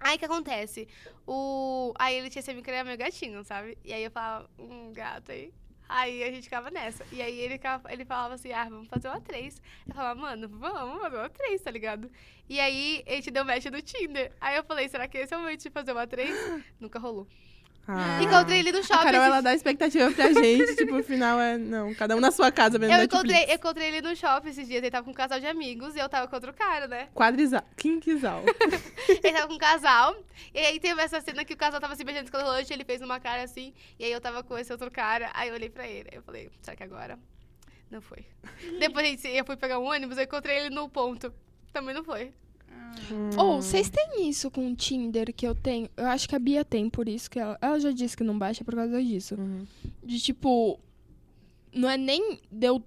Aí, o que acontece? O... Aí, ele tinha sempre querido meu gatinho, sabe? E aí, eu falava, um gato aí. Aí, a gente ficava nessa. E aí, ele, ficava- ele falava assim, ah, vamos fazer uma três. Eu falava, mano, vamos fazer uma três, tá ligado? E aí, ele te deu match no Tinder. Aí, eu falei, será que esse é o momento de fazer uma
(gasps)
três? Nunca rolou.
Ah.
Encontrei ele no
A
shopping.
Carol,
esses
ela dá expectativa pra gente. tipo, o final é... Não, cada um na sua casa vendo
Eu
Netflix.
encontrei, eu encontrei ele no shopping esses dias. Ele tava com um casal de amigos e eu tava com outro cara, né?
Quadrisal.
(laughs)
Quinquisal.
Ele tava com um casal. E aí teve essa cena que o casal tava se beijando escandaloso. Ele fez uma cara assim. E aí eu tava com esse outro cara. Aí eu olhei pra ele. Eu falei, será que agora? Não foi. Depois a gente- eu fui pegar um ônibus. Eu encontrei ele no ponto. Também não foi.
Hum.
Ou, vocês têm isso com o Tinder que eu tenho? Eu acho que a Bia tem, por isso que ela, ela já disse que não baixa por causa disso.
Uhum.
De tipo, não é nem deu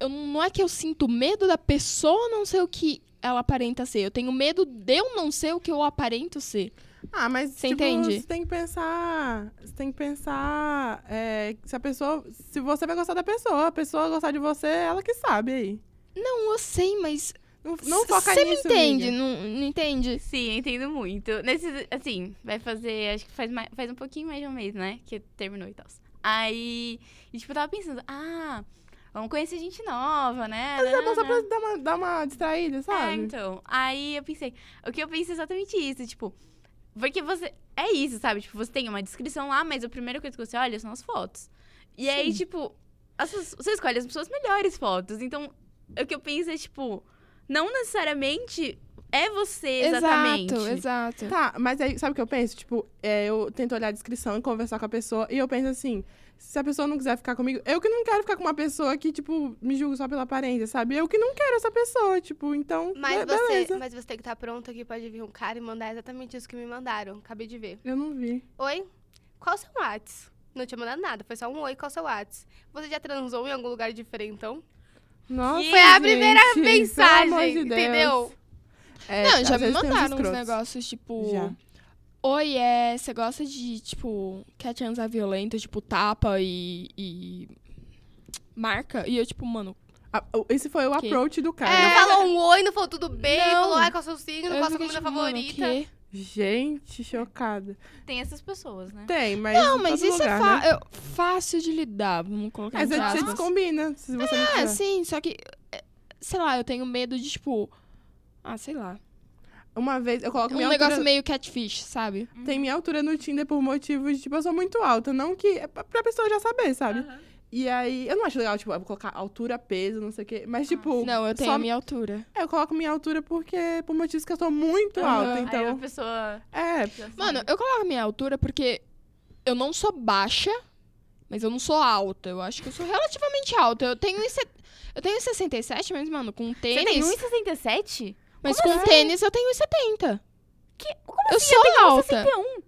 eu não é que eu sinto medo da pessoa não ser o que ela aparenta ser. Eu tenho medo de eu não ser o que eu aparento ser.
Ah, mas
Você
tipo,
entende?
Você tem que pensar. Você tem que pensar é, se a pessoa. Se você vai gostar da pessoa, a pessoa gostar de você, é ela que sabe aí.
Não, eu sei, mas
Não, não
c-
foca
cê me
nisso.
entende,
amiga.
não, não entende?
Sim, entendo muito. Nesse, assim, vai fazer, acho que faz, mais, faz um pouquinho mais de um mês, né? Que terminou e tal. Aí, e, tipo, eu tava pensando, ah, vamos conhecer gente nova, né?
Às vezes é bom só
Nananã.
pra dar uma, dar uma distraída,
É,
sabe?
então. Aí eu pensei, o que eu pensei é exatamente isso, tipo, porque você. É isso, sabe? Tipo, você tem uma descrição lá, mas a primeira coisa que você olha são as fotos. E aí, tipo, as pessoas- você escolhe as pessoas melhores fotos. Então, o que eu penso é, tipo, não necessariamente é você exatamente.
Exato, exato.
Tá, mas aí, sabe o que eu penso? Tipo, é, eu tento olhar a descrição e conversar com a pessoa. E eu penso assim, se a pessoa não quiser ficar comigo, eu que não quero ficar com uma pessoa que, tipo, me julga só pela aparência, sabe? Eu que não quero essa pessoa, tipo, então.
Mas,
be-
você,
beleza.
mas você tem que estar pronta que pode vir um cara e mandar exatamente isso que me mandaram. Acabei de ver.
Eu não vi.
Oi? Qual o seu Whats? Não tinha mandado nada, foi só um oi, qual o seu Whats? Você já transou em algum lugar diferentão?
Nossa,
Foi a
gente,
primeira
pelo amor
mensagem,
de Deus.
entendeu?
É,
Não,
às
já me
vezes tem uns
mandaram uns
escrotos.
negócios, tipo.
Já.
Oi, é. Você gosta de, tipo, quer transar violento, tipo, tapa e. e marca? E eu, tipo, mano,
Ah, o- Esse foi o
Que?
approach do cara.
É.
Não falou um oi, não falou tudo bem,
Não.
falou ai, qual é o seu signo,
eu
qual a sua
fiquei,
comida
tipo, mano,
favorita.
quê?
Gente, chocada.
Tem essas pessoas, né?
Tem, mas.
Não,
em
mas
todo
isso é
lugar,
fa-
né? é
eu- fácil de lidar, vamos colocar
Às
entre
vezes você
aspas.
descombina, se você não
É,
quiser.
sim, só que. é, Sei lá, eu tenho medo de, tipo. Ah, sei lá.
Uma vez, eu coloco
Um
minha
negócio
altura-
meio catfish, sabe?
Tem minha altura no Tinder por motivos, tipo, eu sou muito alta. Não que. é pra- Pra pessoa já saber, sabe? E aí, eu não acho legal, tipo, eu vou colocar altura, peso, não sei o quê. Mas, tipo.
Ah, Não, eu tenho
só-
a minha altura.
é, eu coloco minha altura porque. Por motivos que eu sou muito
Aham.
alta.
Aí a
Então.
pessoa.
É.
já sabe.
Mano, eu coloco a minha altura porque eu não sou baixa, mas eu não sou alta. Eu acho que eu sou relativamente alta. Eu tenho, em set- eu tenho 67, mas, mano, com
Você tem
tênis.
1,67?
Mas
Como
com
assim?
tênis eu tenho 70.
Que... Como
eu
assim?
sou
eu
alta.
tenho 1,61.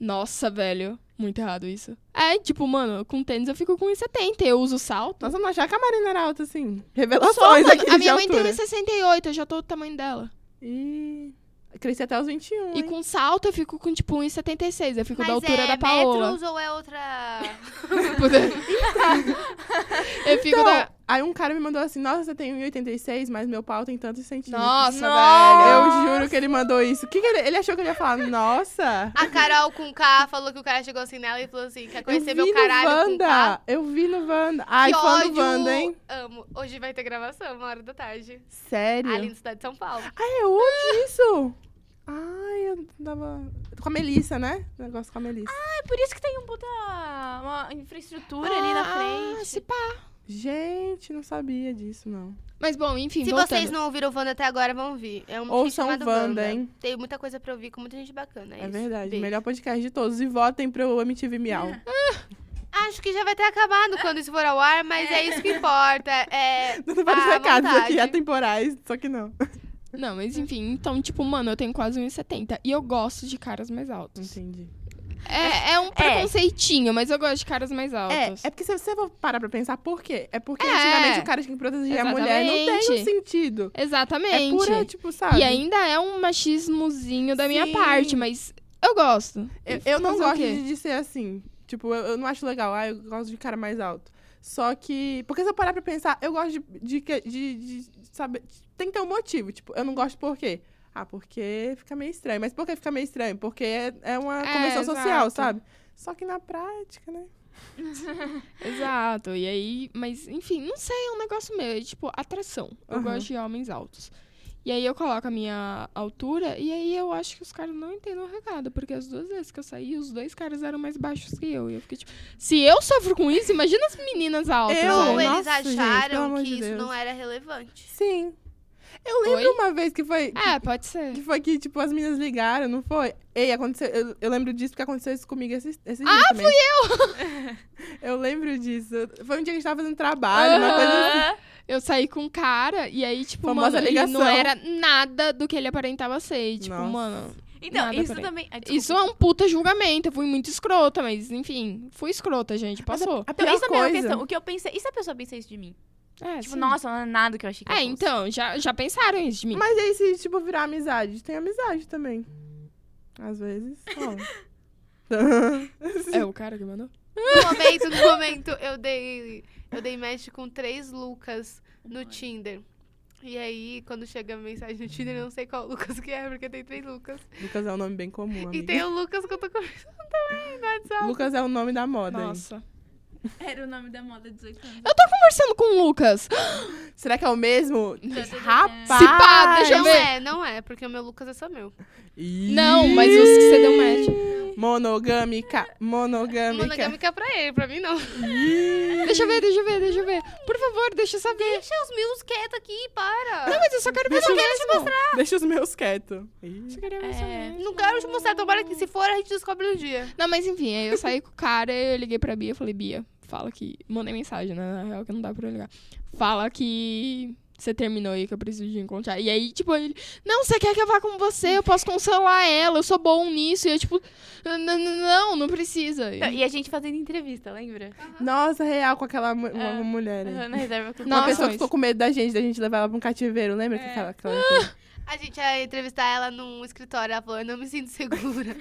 Nossa, velho. Muito errado isso. É, tipo, mano, com tênis eu fico com 1,70. Eu uso salto.
Nossa, eu não achava que a Marina era alta, assim.
Só,
Revelações
mano,
aqui
a
de
minha mãe tem
altura.
1,68. Eu já tô do tamanho dela.
Ih, Cresci até os 21.
E
hein?
com salto eu fico com, tipo, 1,76. Eu fico
Mas
da altura
é
da Paola. (laughs)
metros ou é outra...
eu fico
Então,
da...
Aí um cara me mandou assim, nossa, você tem 1,86, mas meu pau tem tantos centímetros.
Nossa,
Nossa.
velho.
Eu juro que ele mandou isso. O que, que ele, ele achou que eu ia falar? Nossa!
A Carol com K falou que o cara chegou assim nela e falou assim, quer
Eu
conhecer
vi
meu
no
caralho com K.
Wanda! Eu vi no Wanda. Ai,
que
fã
ódio.
do Wanda, hein?
Amo. Hoje vai ter gravação, uma hora da tarde.
Sério?
Ali na cidade de São Paulo.
Ai, eu ouvi isso! Ai, eu tava... Com a Melissa, né? O negócio com a Melissa.
É por isso que tem um puta... uma infraestrutura ali na
Ah,
frente.
se pá.
Gente, não sabia disso, não.
Mas, bom, enfim,
Se
voltando.
vocês não ouviram o Wanda até agora, vão vir. É um
Ouçam
bicho chamado
Wanda, hein?
Tem muita coisa pra ouvir com muita gente bacana.
É,
isso.
verdade.
Beijo.
Melhor podcast de todos. E votem pro
(laughs)
MTV Miau.
Acho que já vai ter acabado quando isso for ao ar, mas é isso que importa.
(laughs)
É
Dando vários
à
recados aqui,
vontade.
atemporais. é Só que não.
Não, mas enfim, então, tipo, mano, eu tenho quase 1,70. E eu gosto de caras mais altos.
Entendi.
É, é um preconceitinho, mas eu gosto de caras mais altos.
É, é porque se você for parar pra pensar, por quê? É porque
É.
antigamente o cara tinha que proteger a mulher. Não tem um
Exatamente.
sentido. É
Exatamente.
pura, tipo, sabe?
E ainda é um machismozinho da minha
Sim.
parte, mas eu gosto.
Eu, eu não
Fazer o
gosto
quê?
de, de ser assim. Tipo, eu, eu não acho legal. Ah, eu gosto de cara mais alto. Só que... Porque se eu parar pra pensar, eu gosto de... de, que- de- de saber... Tem que ter um motivo. Tipo, eu não gosto por quê? Ah, porque fica meio estranho. Mas por que fica meio estranho? Porque é, é uma
É,
convenção social,
exato.
sabe? Só que na prática, né?
Exato. E aí, mas enfim, não sei, é um negócio meu. É tipo, atração. Eu
Aham.
gosto de homens altos. E aí eu coloco a minha altura e aí eu acho que os caras não entendem o recado. Porque as duas vezes que eu saí, os dois caras eram mais baixos que eu. E eu fiquei tipo, se eu sofro com isso, imagina as meninas altas.
Eu?
velho.
Ou Então, eles
Nossa, gente, pelo
acharam
amor
que
de
isso
Deus.
não era relevante.
Sim. Eu lembro
Oi?
uma vez que foi... que
É, pode ser.
Que foi que, tipo, as meninas ligaram, não foi? Ei, aconteceu. Eu, eu lembro disso porque aconteceu isso comigo esse, esse dia. Ah, fui (laughs) eu! eu lembro disso. Foi um dia que a gente tava fazendo trabalho,
Ah,
uma coisa assim.
Aham.
Eu saí com um cara e aí, tipo,
Famosa
mano, ele
ligação.
não era nada do que ele aparentava ser. E, tipo,
Nossa.
mano,
Então,
Nada,
isso
peraí.
também... Ai, desculpa.
isso é um puta julgamento. Eu fui muito escrota, mas enfim, fui escrota, gente. Passou.
A
Então,
pior
isso também é uma
coisa. Assim.
questão. O que eu pensei... E se a pessoa pensa isso de mim?
É,
Tipo,
sim.
nossa, não é nada que eu achei que eu
É,
fosse.
então, já, já pensaram isso de mim.
Mas aí, se, tipo, virar amizade, tem amizade também. Às vezes, ó.
É o cara que mandou?
No momento, no momento, eu dei, eu dei match com três Lucas no Tinder. E aí, quando chega a mensagem no Tinder, eu não sei qual Lucas que é, porque tem três Lucas.
(laughs) Lucas é um nome bem comum,
E
amiga.
tem o Lucas que eu tô conversando também no WhatsApp.
Lucas é o nome da moda, hein?
Nossa.
Era o nome da moda 18 anos.
Conversando com o Lucas.
Será que é o mesmo? Rapaz!
Se pá, deixa eu
não
ver.
é, não é, porque o meu Lucas é só meu.
Ih!
Não, mas os que você deu match.
Monogâmica. Monogâmica.
Monogâmica pra ele, pra mim não.
Deixa eu ver, deixa eu ver, deixa eu ver. Por favor, deixa eu saber. Deixa os meus.
Quieta aqui, para.
Não, mas eu só quero ver
Deixa
seu
eu
mesmo.
(laughs)
Deixa os meus quietos. Ih.
Só quero ver seu
É.
mesmo.
Não quero te mostrar, tomara que se for, a gente descobre um dia.
Não, mas enfim, aí eu saí com o cara, eu liguei pra Bia, falei, Bia, fala que... Mandei mensagem, né? Na real que não dá pra eu ligar. Fala que você terminou aí, que eu preciso de encontrar. E aí, tipo, ele... Não, você quer que eu vá com você? Eu posso consolar ela, eu sou bom nisso. E eu, tipo... "N- n- n- Não, não precisa.
Então, e a gente fazendo entrevista, lembra?
Nossa, real com aquela mu-
É,
Ah.
uma mulher. hein?
Aham, Na reserva com
Uma
Nossa,
pessoa
mas-
que ficou com medo da gente, da gente levar ela pra um cativeiro, lembra?
É.
que Aquela, aquela coisa? (laughs)
A gente ia entrevistar ela num escritório, ela falou, eu não me sinto segura.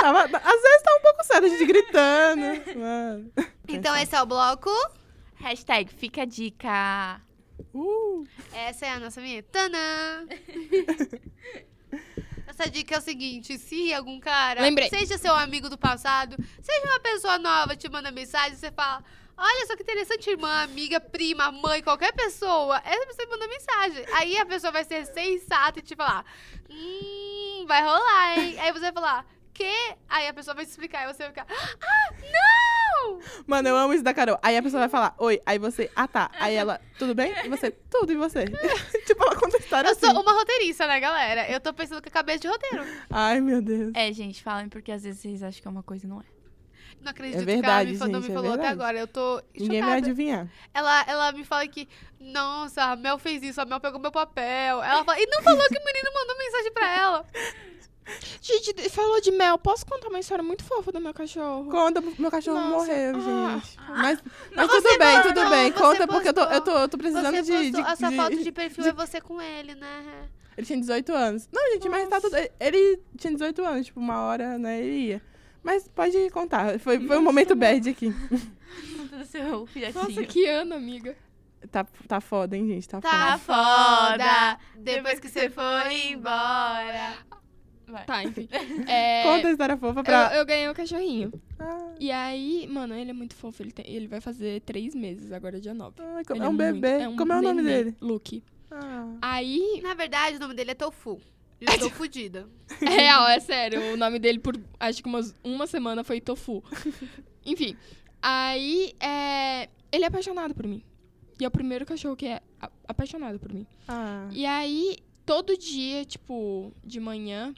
Tava- tá- às vezes tá um pouco sério, a gente gritando. Mano.
então esse é o bloco.
Hashtag fica a dica.
Uh.
Essa é a nossa vinheta. Tanã! Essa dica é o seguinte, se algum cara,
Lembrei.
seja seu amigo do passado, seja uma pessoa nova, te manda mensagem, você fala, olha só que interessante, irmã, amiga, prima, mãe, qualquer pessoa, essa pessoa manda mensagem. Aí a pessoa vai ser sensata e te falar, hum, vai rolar, hein? Aí você vai falar, que? Aí a pessoa vai te explicar, e você vai ficar, ah,
Mano, eu amo isso da Carol. Aí a pessoa vai falar, oi. Aí você, ah tá. Aí ela, tudo bem? E você, tudo. E você? (laughs) tipo, ela conta história
Eu
assim.
sou uma roteirista, né, galera? Eu tô pensando com a cabeça de roteiro.
Ai, meu Deus.
É, gente, falem porque às vezes vocês acham que é uma coisa e não é.
Não acredito que ela
verdade,
me, falou- não me
gente, é
falou
verdade.
até agora. Eu tô
Ninguém vai
chocada.
adivinhar.
Ela, ela me fala que, nossa, a Mel fez isso, a Mel pegou meu papel. Ela fala, e não falou que o menino mandou mensagem pra
(laughs)
ela.
Gente, de- falou de mel. Posso contar uma história muito fofa do meu cachorro?
Conta, meu cachorro
Nossa.
morreu,
Ah.
gente. Mas, mas
você
tudo bem,
não,
tudo
não,
bem.
você
Conta, porque eu tô, eu tô,
postou.
eu tô precisando
Você
de,
postou,
de-
essa
de-
foto de perfil é você com ele, né?
Ele tinha 18 anos. Não, gente, mas tá tudo. Ele tinha 18 anos, tipo, uma hora, né? Ele ia. Mas pode contar. Foi, foi um momento bad aqui.
Conta do seu filhotinho.
Nossa, que ano, amiga.
Tá, tá foda, hein, gente? Tá,
Tá foda,
foda.
depois que você foi embora.
Tá,
(laughs)
enfim. É,
Conta a história fofa pra.
eu, eu ganhei um cachorrinho.
Ah,
E aí, mano, ele é muito fofo. Ele, tem- ele vai fazer três meses agora, dia 9.
ah, é um bebê. Como é o nome dele?
Luke.
Ah. (laughs)
Aí,
Na verdade, o nome dele é Tofu. E eu tô fudida.
é real, é sério. O nome dele por acho que umas, uma semana foi
(laughs)
Tofu. Enfim. Aí, é, ele é apaixonado por mim. E é o primeiro cachorro que é a- apaixonado por mim.
Ah.
E aí, todo dia, tipo, de manhã,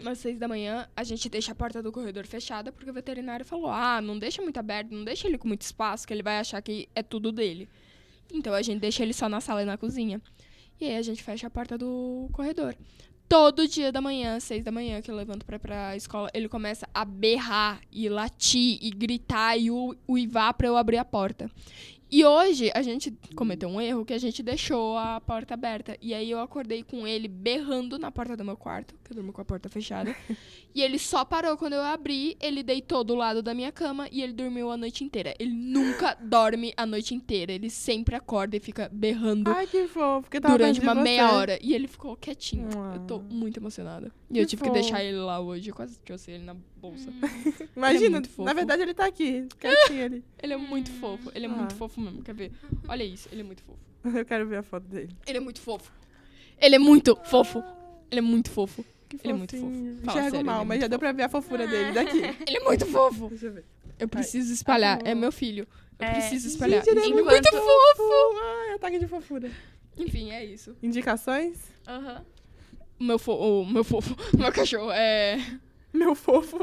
umas seis da manhã, a gente deixa a porta do corredor fechada, porque o veterinário falou: ah, não deixa muito aberto, não deixa ele com muito espaço, que ele vai achar que é tudo dele. Então a gente deixa ele só na sala e na cozinha. E aí a gente fecha a porta do corredor. Todo dia da manhã, seis da manhã, que eu levanto pra, pra escola, ele começa a berrar e latir e gritar e u- uivar pra eu abrir a porta. E hoje a gente cometeu um erro que a gente deixou a porta aberta. E aí eu acordei com ele berrando na porta do meu quarto, que eu durmo com a porta fechada. e ele só parou quando eu abri, ele deitou do lado da minha cama e ele dormiu a noite inteira. Ele nunca dorme a noite inteira, ele sempre acorda e fica berrando
Ai, que fofo. Porque tava
durante
perto tá de
uma
você.
meia hora. E ele ficou quietinho.
Ah.
Eu tô muito emocionada. E
Que
eu tive
fofo.
que deixar ele lá hoje. Eu quase trouxe ele na
(laughs)
bolsa. Ele é
Imagina,
muito fofo.
na verdade ele tá aqui. Quietinho ali. (laughs)
Ele é muito fofo. Ele é
Ah.
muito fofo mesmo. Quer ver? Olha isso. Ele é muito fofo.
Eu quero ver a foto dele.
Ele é muito fofo. Ele é muito fofo. Ele é muito fofo.
Que
Ele é muito fofo.
fofinho.
Fala
Enxergo
sério,
mal,
ele é
mas
muito
já deu pra ver a fofura
(laughs)
dele daqui.
Ele é muito fofo.
Deixa eu ver.
Eu preciso espalhar. É meu filho. Eu
É,
preciso espalhar.
gente, ele é
Enfim,
muito
fofo! Ai, ataque de fofura.
Enfim, é isso.
Indicações?
Aham.
O meu, fo o meu fofo. (laughs) Meu cachorro é.
(laughs) Meu fofo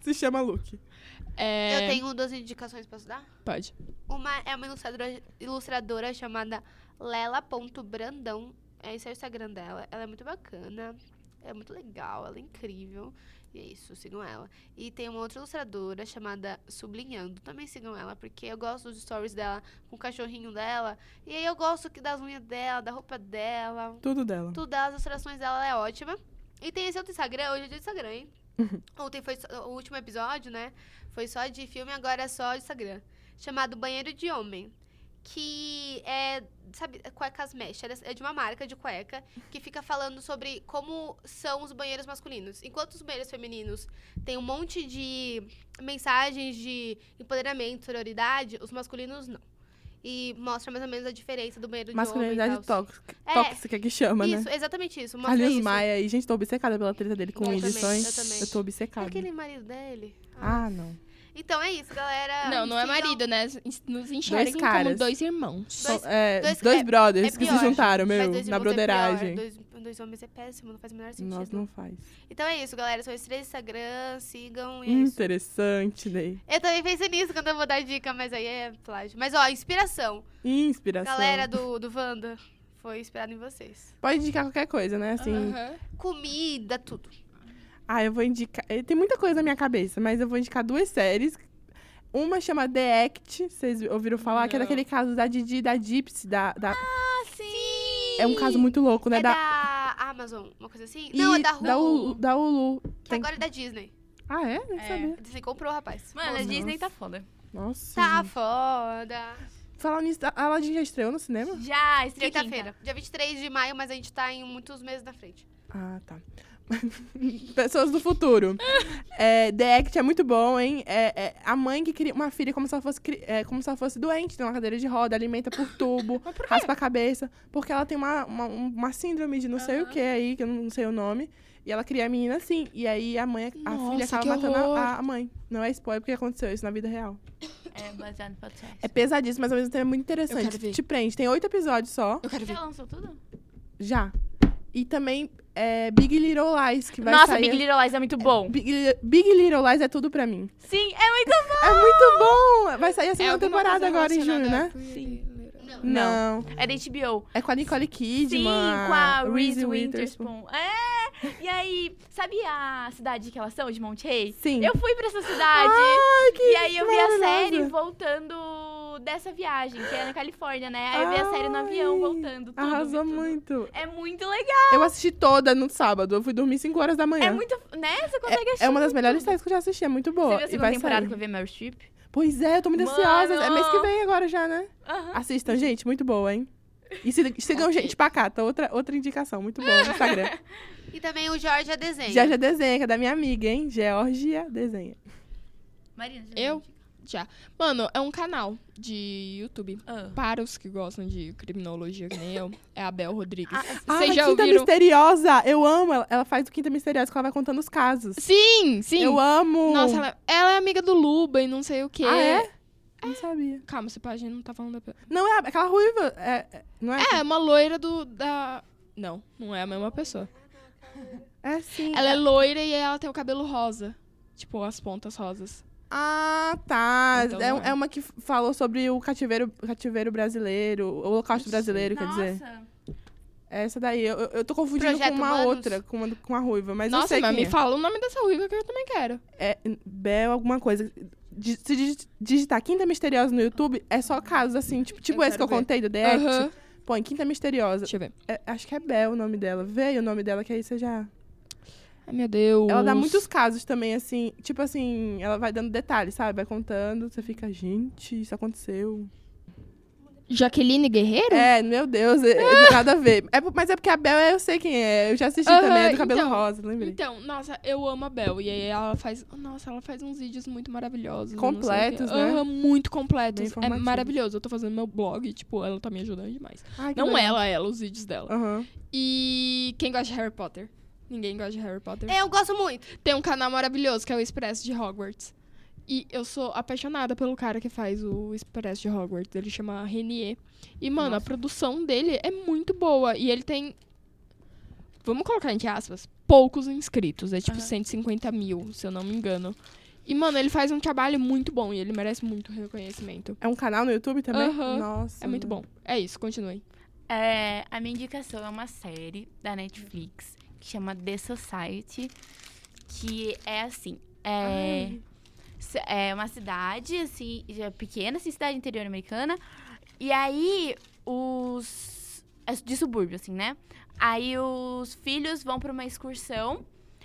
se chama Luke.
(laughs) é...
Eu tenho duas indicações pra dar?
Pode.
Uma é uma ilustradora, ilustradora chamada Lela.brandão. Esse é o Instagram dela. Ela é muito bacana. É muito legal, ela é incrível. E é isso, sigam ela. E tem uma outra ilustradora chamada Sublinhando. Também sigam ela, porque eu gosto dos stories dela com o cachorrinho dela. E aí eu gosto que das unhas dela, da roupa dela.
Tudo dela.
Tudo das ilustrações dela ela é ótima. E tem esse outro Instagram, hoje é dia do Instagram,
(laughs)
hein? Ontem foi só- o último episódio, né? Foi só de filme, agora é só de Instagram. Chamado Banheiro de Homem. Que é, sabe, é cuecas mesh. Ela É de uma marca de cueca que fica falando sobre como são os banheiros masculinos. Enquanto os banheiros femininos têm um monte de mensagens de empoderamento, sororidade, os masculinos não. E mostra mais ou menos a diferença do banheiro
Masculinidade
de homem. e tal.
tóxica,
É.
tóxica que chama,
Isso,
né?
exatamente isso. assim. Mostra
Carlinhos
isso.
Maia aí. Gente, tô obcecada pela treta dele com
Eu
o
também,
Whindersson.
eu também.
tô obcecada.
Aquele marido dele.
Ah, não.
Então é isso, galera.
Não, não é
Sigam-
marido, né? Nos enxerguem como
caras.
dois irmãos.
Dois-
São- é,
dois-
dois,
é-
brothers
é
que se
pior,
juntaram,
Mas
meu,
dois irmãos é
na
pior,
broderagem.
Dois, dois homens é péssimo, não faz o menor sentido.
Nossa, não faz.
Então é isso, galera. São esses três Instagrams, sigam
Então.
e é isso.
Interessante, Ney.
Eu também pensei nisso quando eu vou dar dica, mas aí é plágio. Mas ó, inspiração.
Inspiração.
Galera do, do Wanda, foi inspirado em vocês.
Pode indicar qualquer coisa, né? Assim,
Aham.
Comida, tudo.
Ah, eu vou indicar. eh, Tem muita coisa na minha cabeça, mas eu vou indicar duas séries. Uma chama The Act, vocês ouviram falar, que é
Não.
daquele caso da Didi, da Gypsy, da, da-
Ah, sim!
É um caso muito louco, né?
é da... Amazon, uma coisa assim? não, é
e
da Hulu,
Da Hulu. da Hulu.
que
Tem-
agora é da Disney.
Ah, é? Não
É.
sabia.
A Disney comprou o rapaz.
é
Mano, a
Nossa.
Disney tá foda.
Nossa.
Tá
gente.
foda.
Falar nisso, a Aladdin já estreou no cinema?
Já, estreia
Quinta-feira. Dia 23 de maio, mas a gente tá em muitos meses na frente.
Ah, tá. (laughs) Pessoas do futuro. É, The Act é muito bom, hein? É, é a mãe que cria uma filha como se ela fosse, cri- é, como se ela fosse doente, tem uma cadeira de roda, alimenta por
(laughs)
tubo, raspa a cabeça, porque ela tem uma, uma, um- uma síndrome de não sei o
Aham.
que aí, que eu não sei o nome. E ela cria a menina assim. E aí a mãe, a
Nossa,
filha acaba
que
matando
horror.
a, a mãe. Não é spoiler porque aconteceu isso na vida real.
É baseado em fatos reais.
É pesadíssimo, mas ao mesmo tempo é muito
Eu quero
interessante.
ver.
Te prende. Tem oito episódios só.
Eu quero ver.
Já lançou tudo?
Já. E também é, Big Little Lies, que vai
Nossa,
sair.
Big Little Lies é muito bom.
Big, Li- Big Little Lies é tudo pra mim.
Sim, é muito bom.
É muito bom! Vai sair a
É
segunda
alguma
temporada
coisa
agora em junho,
relacionada
né?
com ele.
Não.
Não.
Não.
É da HBO.
É com a Nicole Kidman.
Sim, com a Reese
Reese Witherspoon.
Witherspoon. É! E aí, sabe a cidade que elas são, de Monte Rey?
Sim.
Eu fui pra essa cidade.
Ai, que
e aí eu vi a
maravilhosa.
série voltando dessa viagem, que é na Califórnia, né? Aí eu vi a série no avião
Ai,
voltando. Tudo,
Arrasou
vi tudo.
muito.
É muito legal.
Eu assisti toda no sábado. Eu fui dormir 5 horas da manhã.
É muito. Né? Você consegue
É-
assistir.
é uma das
tudo.
melhores séries que eu já assisti, é muito
Você
boa.
viu a
e
segunda
vai
temporada
sair.
que eu vi a Meryl Streep?
Pois é, eu tô muito
Mano!
ansiosa. É mês que vem agora já, né?
Aham.
Assistam, gente, muito boa, hein? E sig- sigam gente pacata, outra, outra indicação, muito boa
(laughs)
no Instagram.
E também o Jorge é desenho.
Georgia Desenha, que é da minha amiga, hein? Georgia Desenha.
Marina, já
Eu?
viu?
Já. Mano, é um canal de YouTube.
Ah.
Para os que gostam de criminologia, que nem eu, é a Bel Rodrigues.
Ah,
Vocês já
Quinta
ouviram?
Misteriosa! Eu amo ela. Ela faz o Quinta Misteriosa, que ela vai contando os casos.
Sim, sim.
Eu amo!
Nossa, ela, ela é amiga do Luba e não sei o quê.
Ah, é? Não sabia.
Calma, se pá, a gente não tá falando da...
Não, é aquela ruiva. É, é- não é?
É, uma loira do... da... Não, não é a mesma pessoa.
É sim.
Ela é loira e ela tem o cabelo rosa. Tipo, as pontas rosas.
Ah, tá.
Então
é,
não é.
é uma que f- falou sobre o cativeiro, cativeiro brasileiro, o holocausto brasileiro, quer dizer. É
Nossa.
Essa daí. Eu, eu- eu tô confundindo
Projeto
com uma
Humanos?
outra, com, uma, com a ruiva, mas não
Nossa,
sei
mas
quem
me
é.
fala o nome dessa ruiva que eu também quero.
é Bel alguma coisa. Di- Se digi- digitar Quinta Misteriosa no YouTube, é só casos assim, tipo, tipo
Eu
esse que eu
quero ver.
contei do The Act.
Aham.
Põe Quinta Misteriosa.
Deixa eu ver.
É, acho que é Bel o nome dela. Veio o nome dela, que aí você já.
Ai, meu Deus.
Ela dá muitos casos também, assim. Tipo assim, ela vai dando detalhes, sabe? Vai contando, você fica, gente, isso aconteceu.
Jaqueline Guerreiro?
É, meu Deus, é, é nada a ver. É, por- mas é porque a Bel é, eu sei quem é. Eu já assisti
Aham,
também, é do cabelo
então.
rosa, lembrei.
Então, nossa, eu amo a Bel. E aí ela faz. Nossa, ela faz uns vídeos muito maravilhosos.
Completos,
eu não sei o quê.
né?
Aham, muito
Bem
completos. É
informativos.
maravilhoso. Eu tô fazendo meu blog, tipo, ela tá me ajudando demais.
Ai, que
Não é.
legal. Ah.
ela, ela, os vídeos dela.
Aham.
E quem gosta de Harry Potter? Ninguém gosta de Harry Potter.
Eu gosto muito.
Tem um canal maravilhoso que é o Expresso de Hogwarts. E eu sou apaixonada pelo cara que faz o Expresso de Hogwarts. Ele chama Renier. E, mano, a produção dele é muito boa. E ele tem. Vamos colocar entre aspas. Poucos inscritos. É tipo 150 mil, se eu não me engano. E, mano, ele faz um trabalho muito bom e ele merece muito reconhecimento.
É um canal no YouTube também?
Aham.
Nossa.
É muito bom. É isso, continue.
É, a minha indicação é uma série da Netflix que chama The Society, que é assim, é, ci- é uma cidade assim, já pequena, assim, cidade interior americana, e aí os é de subúrbio assim, né? Aí os filhos vão pra uma excursão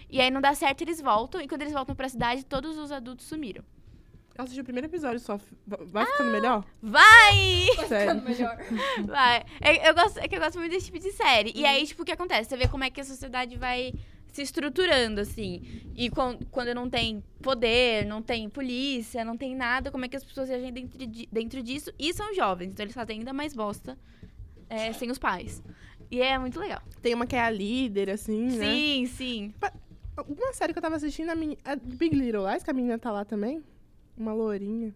e aí não dá certo, eles voltam e quando eles voltam pra cidade, todos os adultos sumiram.
Eu assisti o primeiro episódio só. Va- Vai
Ah,
ficando melhor?
Vai!
Sério.
Vai. É, eu gosto, é que eu gosto muito desse tipo de série. E aí, tipo, o que acontece? Você vê como é que a sociedade vai se estruturando, assim. E quan- quando não tem poder, não tem polícia, não tem nada, como é que as pessoas agem dentro, di- dentro disso? E são jovens, então eles fazem ainda mais bosta é, sem os pais. E é muito legal.
Tem uma que é a líder, assim, né?
Sim, sim.
Uma série que eu tava assistindo, a, meni- a Big Little Lies, que a menina tá lá também. Uma lourinha.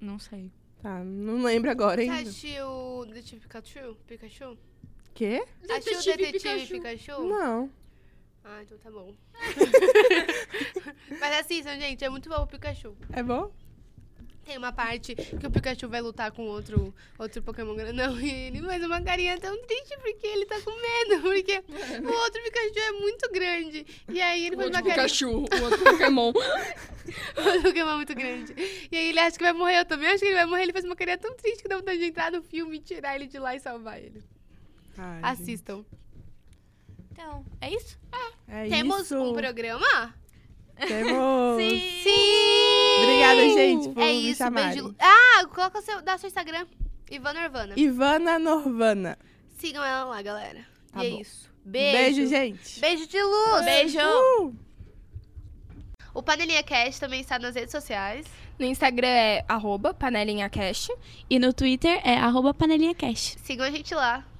Não sei.
Tá, não lembro agora,
Você
hein?
assistiu Detetive Pikachu? Pikachu?
Quê?
Assistiu é o Detetive Pikachu?
Não.
Ah, então tá bom. Mas assistam, gente, é muito bom o Pikachu.
É bom?
Tem uma parte que o Pikachu vai lutar com outro, outro Pokémon grandão e ele faz uma carinha tão triste porque ele tá com medo, porque o outro Pikachu é muito grande. E aí ele
O
faz
outro
uma carinha...
Pikachu, o
(laughs)
outro Pokémon.
O Pokémon é muito grande. E aí ele acha que vai morrer, eu também acho que ele vai morrer. Ele faz uma carinha tão triste que dá vontade de entrar no filme, tirar ele de lá e salvar ele.
Ai, gente.
Assistam.
Então, é isso?
É
Temos
isso.
um programa? (laughs)
Temos.
Sim!
Obrigada, gente, por
É
me
isso,
chamarem.
beijo. Ah, coloca o seu, dá seu Instagram. Ivana Urbana.
Ivana Norvana.
Sigam ela lá, galera.
Tá
e
bom.
é isso. Beijo.
Beijo, gente.
Beijo de luz.
Beijo!
O Panelinha Cast também está nas redes sociais.
No Instagram é arroba panelinhacast.
E no Twitter é arroba panelinhacast.
Sigam a gente lá.